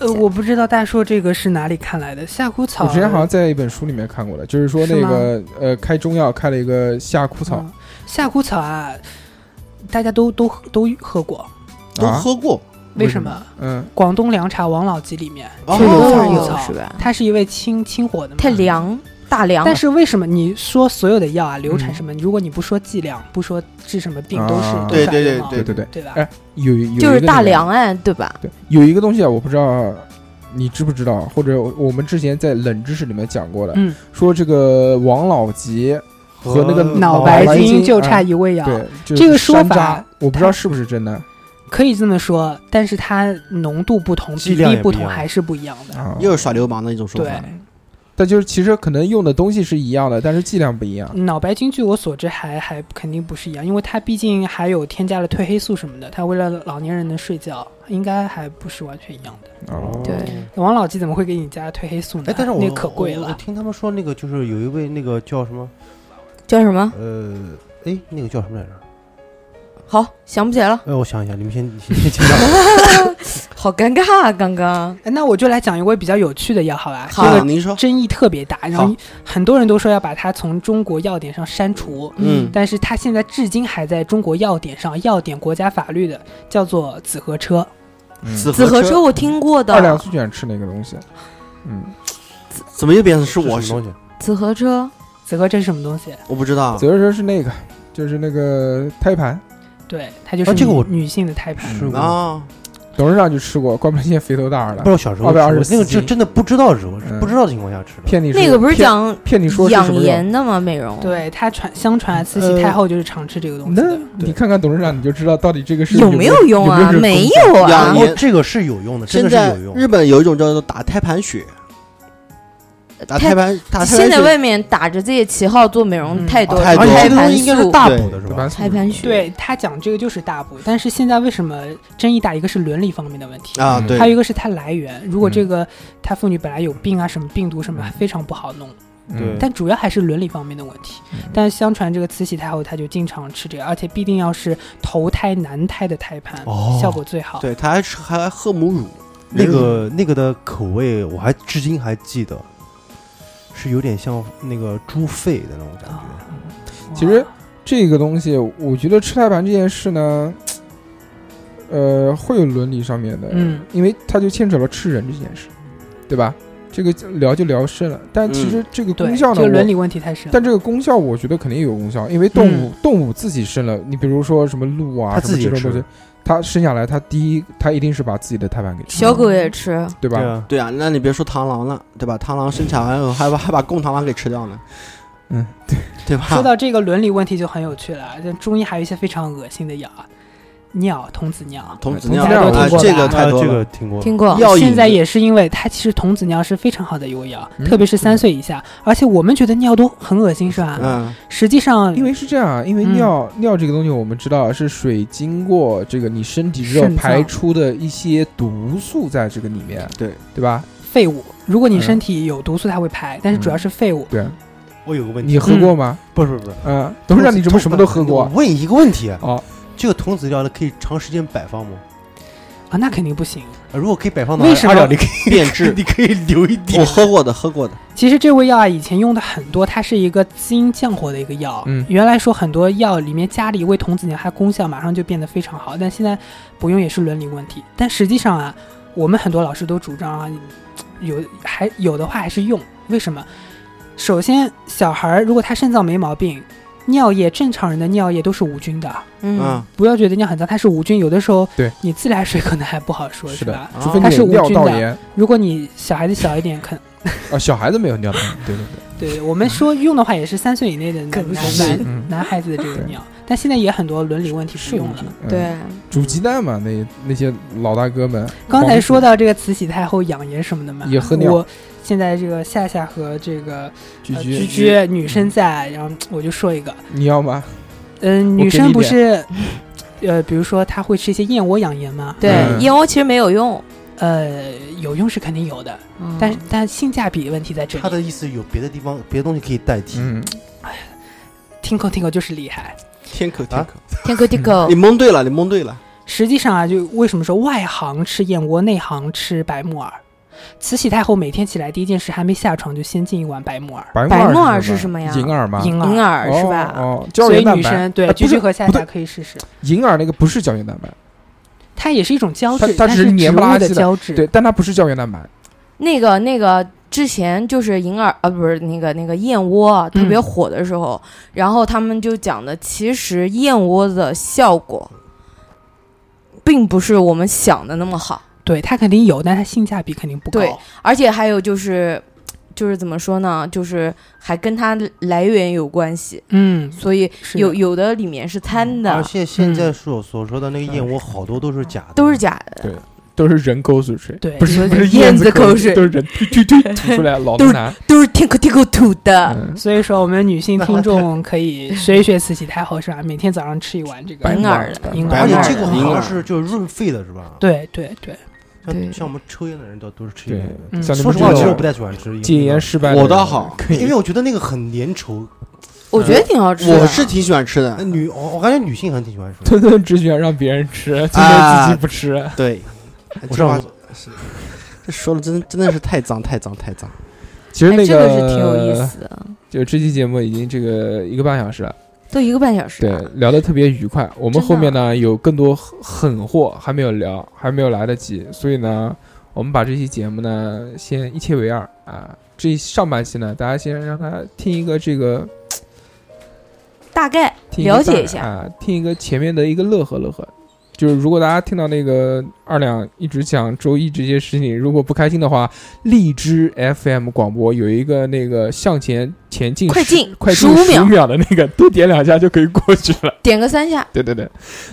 呃，我不知道大硕这个是哪里看来的夏枯草。我之前好像在一本书里面看过的，就是说是那个呃，开中药开了一个夏枯草嗯，夏枯草啊，大家都都都喝过，都啊喝过，为什什么？嗯，广东凉茶王老吉里面哦就有夏哦枯草，是吧它是一味清清火的嘛。太凉，大凉。但是为什么你说所有的药啊，流产嗯什么？如果你不说剂量，不说治什么病，啊都是都对是对感冒对对对对，对吧哎？有有就一是个大那个凉哎，对吧？对，有一个东西啊，我不知道你知不知道？或者我们之前在冷知识里面讲过的，嗯，说这个王老吉和那个和脑脑白白金金就哎差一啊味药，对就是这个说山楂法我不知道是不是真的可以这么说，但是它浓度不同，剂比量例也不不一同，样还是不一样的。啊。又是耍流氓的一种说对，法。但就是其实可能用的东西是一样的，但是剂量不一样。脑白金据我所知还还肯定不是一样，因为它毕竟还有添加了褪黑素什么的，它为了老年人能睡觉，应该还不是完全一样的。哦，嗯对王老吉怎么会给你加褪黑素呢？哎，但是我那可贵我我了。听他们说那个就是有一位那个叫什么叫什么？呃，哎，那个叫什么来着？好，想不起来了，哎，我想一下，你们先你先听到。好尴尬啊！刚刚哎那我就来讲一味比较有趣的药，好吧？好这啊，个您说，争议特别大，然后好很多人都说要把它从中国药典上删除，嗯但是它现在至今还在中国药典上，药典国家法律的叫做紫河车。嗯紫河车车我听过二两的，素卷吃那个东西，嗯，怎么又变成是我是是什么东西？紫河车紫河车是什么东西？我不知道紫。河车是那个，就是那个胎盘，对，它就是啊这个女我女性的胎盘。吃过，啊，董事长就吃过，怪不得现在肥头大耳哦不了知。道小时候吃224过那个就斤真的不知道是我嗯不知道的情况下吃的。骗你说那个不是骗讲骗你说是什养么药颜的吗？美容，对，它传相传啊，慈禧呃太后就是常吃这个东西哦那的。你看看董事长，你就知道到底这个是有没没有用啊？有没没有有养啊颜，哦，这个是有用的，真的现在是有日用。本有一种叫做打胎盘血，打胎盘打胎现盘在血，外面打着这些旗号做美容嗯太多了，太而多胎且这个东盘西应该是素、大补的，是对吧？吧？胎盘血，对他讲这个就是大补，但是现在为什么争议大？一个是伦理方面的问题，啊，嗯对还，有一个是它来源。如果嗯这个她妇女本来有病啊，什么病毒什么嗯，非常不好弄。嗯但主要还是伦理方面的问题。但相传这个慈禧太后她就经常吃这个，而且必定要是头胎男胎的胎盘，哦效果最好。对，他还吃还喝母乳，那个嗯那个的口味我还至今还记得，是有点像那个猪肺的那种感啊觉。其实这个东西，我觉得吃胎盘这件事呢，呃，会有伦理上面的，嗯，因为它就牵扯到吃人这件事，对吧？这个聊就聊深了，但其嗯实这个对功效呢，这个伦我理问题太深了。但这个功效我觉得肯定有功效，因为动物、嗯动物自己生了，你比如说什么鹿啊，它什么自己这种东吃西，它生下来，它第一，它一定是把自己的胎盘给吃，小狗嗯也吃，对吧？啊，对啊，那你别说螳螂了，对吧？螳螂生产完以后还把还把公螳螂给吃掉呢，嗯，对吧？说到这个伦理问题就很有趣了，这中医还有一些非常恶心的药啊，尿童子尿。嗯童子童尿子尿啊听过，这吧个啊太啊多这了，个听过。听过。药现引在也是因为它其实童子尿是非常好的一味药，嗯特别是三岁以下，而且我们觉得尿都很恶心是吧？嗯，实际上因为是这样，啊，因为嗯尿、尿这个东西，我们知道是水经过这个你身体之后肾脏排出的一些毒素在这个里面，对对吧？废物，如果你嗯身体有毒素它会排，但是主要是废物。对，啊我有个问题，你喝过吗？不是不是不是，嗯，董事长，你怎么什么都喝我过？问一个问题，哦，这个童子尿呢可以长时间摆放吗？啊，那肯定不行。呃如果可以摆放的话，为什么二两你可变 以 质。你可以留一我点。喝过的，喝过的，其实这味药啊，以前用的很多，它是一个滋阴降火的一个药。嗯原来说很多药里面加了一味童子尿，它功效马上就变得非常好，但现在不用也是伦理问题。但实际上啊，我们很多老师都主张啊，有还有的话还是用。为什么？首先，小孩儿如果他肾脏没毛病，尿液正常人的尿液都是无菌的，嗯嗯，，不要觉得尿很脏，它是无菌。有的时候，对你自来水可能还不好说，是的吧？，除非它你是有无尿菌道的炎如果你小孩子小一点，肯啊，小孩子没有尿道炎，对对对，对我们说用的话也是三岁以内 的男更男是男嗯，男孩子的这个对尿，但现在也很多伦理问题不用了。嗯，对，煮鸡蛋嘛，那那些老大哥们，刚才说到这个慈禧太后养颜什么的嘛，也喝尿我现在这个夏夏和这个居呃居嗯居，居女生在，然后我就说一个，你要吗？嗯，我给女生你不脸是， 呃，比如说她会吃一些燕窝养颜嘛，对，嗯燕窝其实没有用，呃，有用是肯定有的，嗯但是但性价比问题在这他里。的意思有别的地方别的东西可以代替。嗯，听口听口就是厉害。天可天啊可，天狗地啊 哦狗你，蒙对了，你蒙对了，实际上啊，就为什么说外行吃燕窝，内行吃白木耳？慈禧太后每天起来第一件事，还没下床就先进一碗白木耳、白白木木耳耳是什什么呀银耳吗？银耳。银耳是吧？哦，哦胶所原以啊蛋女白，生对啊居不居是和夏不夏对，可以试试，银耳那个不是胶原蛋白，它也是一种胶质，它它但只是是黏植不拉几物的的胶质。对，但它不是胶原蛋白，那个那个。之前就是银耳啊，不是那个那个燕窝啊特别嗯火的时候，然后他们就讲的，其实燕窝的效果并不是我们想的那么好。对它肯定有，但它性价比肯定不高。对而且还有就是，就是怎么说呢，就是还跟它来源有关系，嗯，所以是的有有的里面是掺嗯而的，且现嗯在所所说的那个燕窝，好多都是假的，都是假的。都是人口水水，对不是你不说是是燕子子口水，水都是人吐吐吐吐出来，老 都是啊难。都是天口天口吐的。嗯，所以说我们女性听众可以学一学慈禧太后是吧？每天早上吃一碗这白个。银耳的的，白银白而耳且的这个银好耳像是就是润肺的是吧？对对对，对像像我们抽烟的人都都是吃对烟的。嗯像你说们实这话，其实我种不太喜欢吃戒烟，失败的人，我倒好，可因以为我觉得那个很粘稠。我觉得挺哦好吃的。啊我是挺喜欢吃那嗯的。女，我我感觉女性还挺喜 欢吃的。 吞吞只喜欢让别人吃，自己啊自己不哎吃。对，我上这话是这说的真真的是太脏太脏太脏。其实哎那这个是嗯挺有意，思的，就这期节目已经这个一个半小时了，都一个半 小时对了。，聊得特别愉快。我们真的啊后面呢有更多狠狠货还没有聊，还没有来得及，所以呢，我们把这期节目呢先一切为二啊。这上半期呢，大家先让他听一个这个，大概听个了解段一下。啊，听一个前面的一个乐呵乐呵。就是如果大家听到那个二两一直讲周一这些事情，如果不开心的话，荔枝 FM 广播有一个那个向前前进快10进快进15秒秒的那个，多点两下就可以过去了。点个三下， 对对对，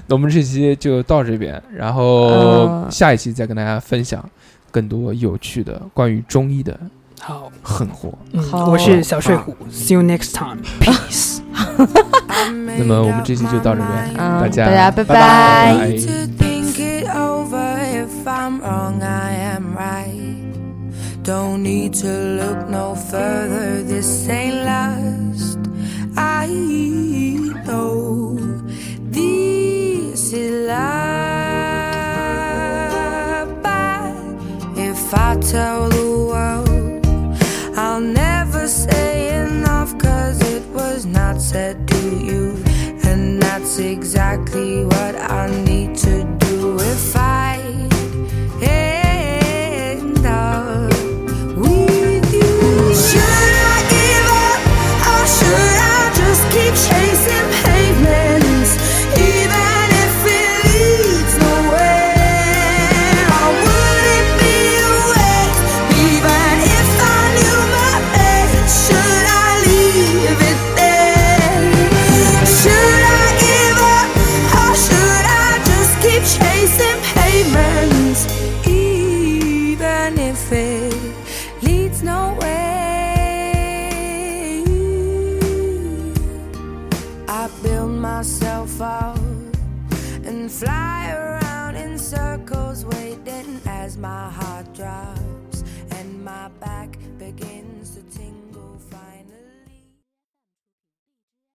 那我们这期就到这边，然后嗯下一期再跟大家分享更多有趣的关于中医的好，狠货。嗯好我是小睡虎，See you next time，peace。那么我们这期就到这边，大嗯，大家拜拜拜拜 I- to think it over. If I'm wrong, I am right. Don't need to look no further. This ain't last. I know this is life. But if I tell the world, I'll never say enough, cause it was not said to you. And that's exactly what I need to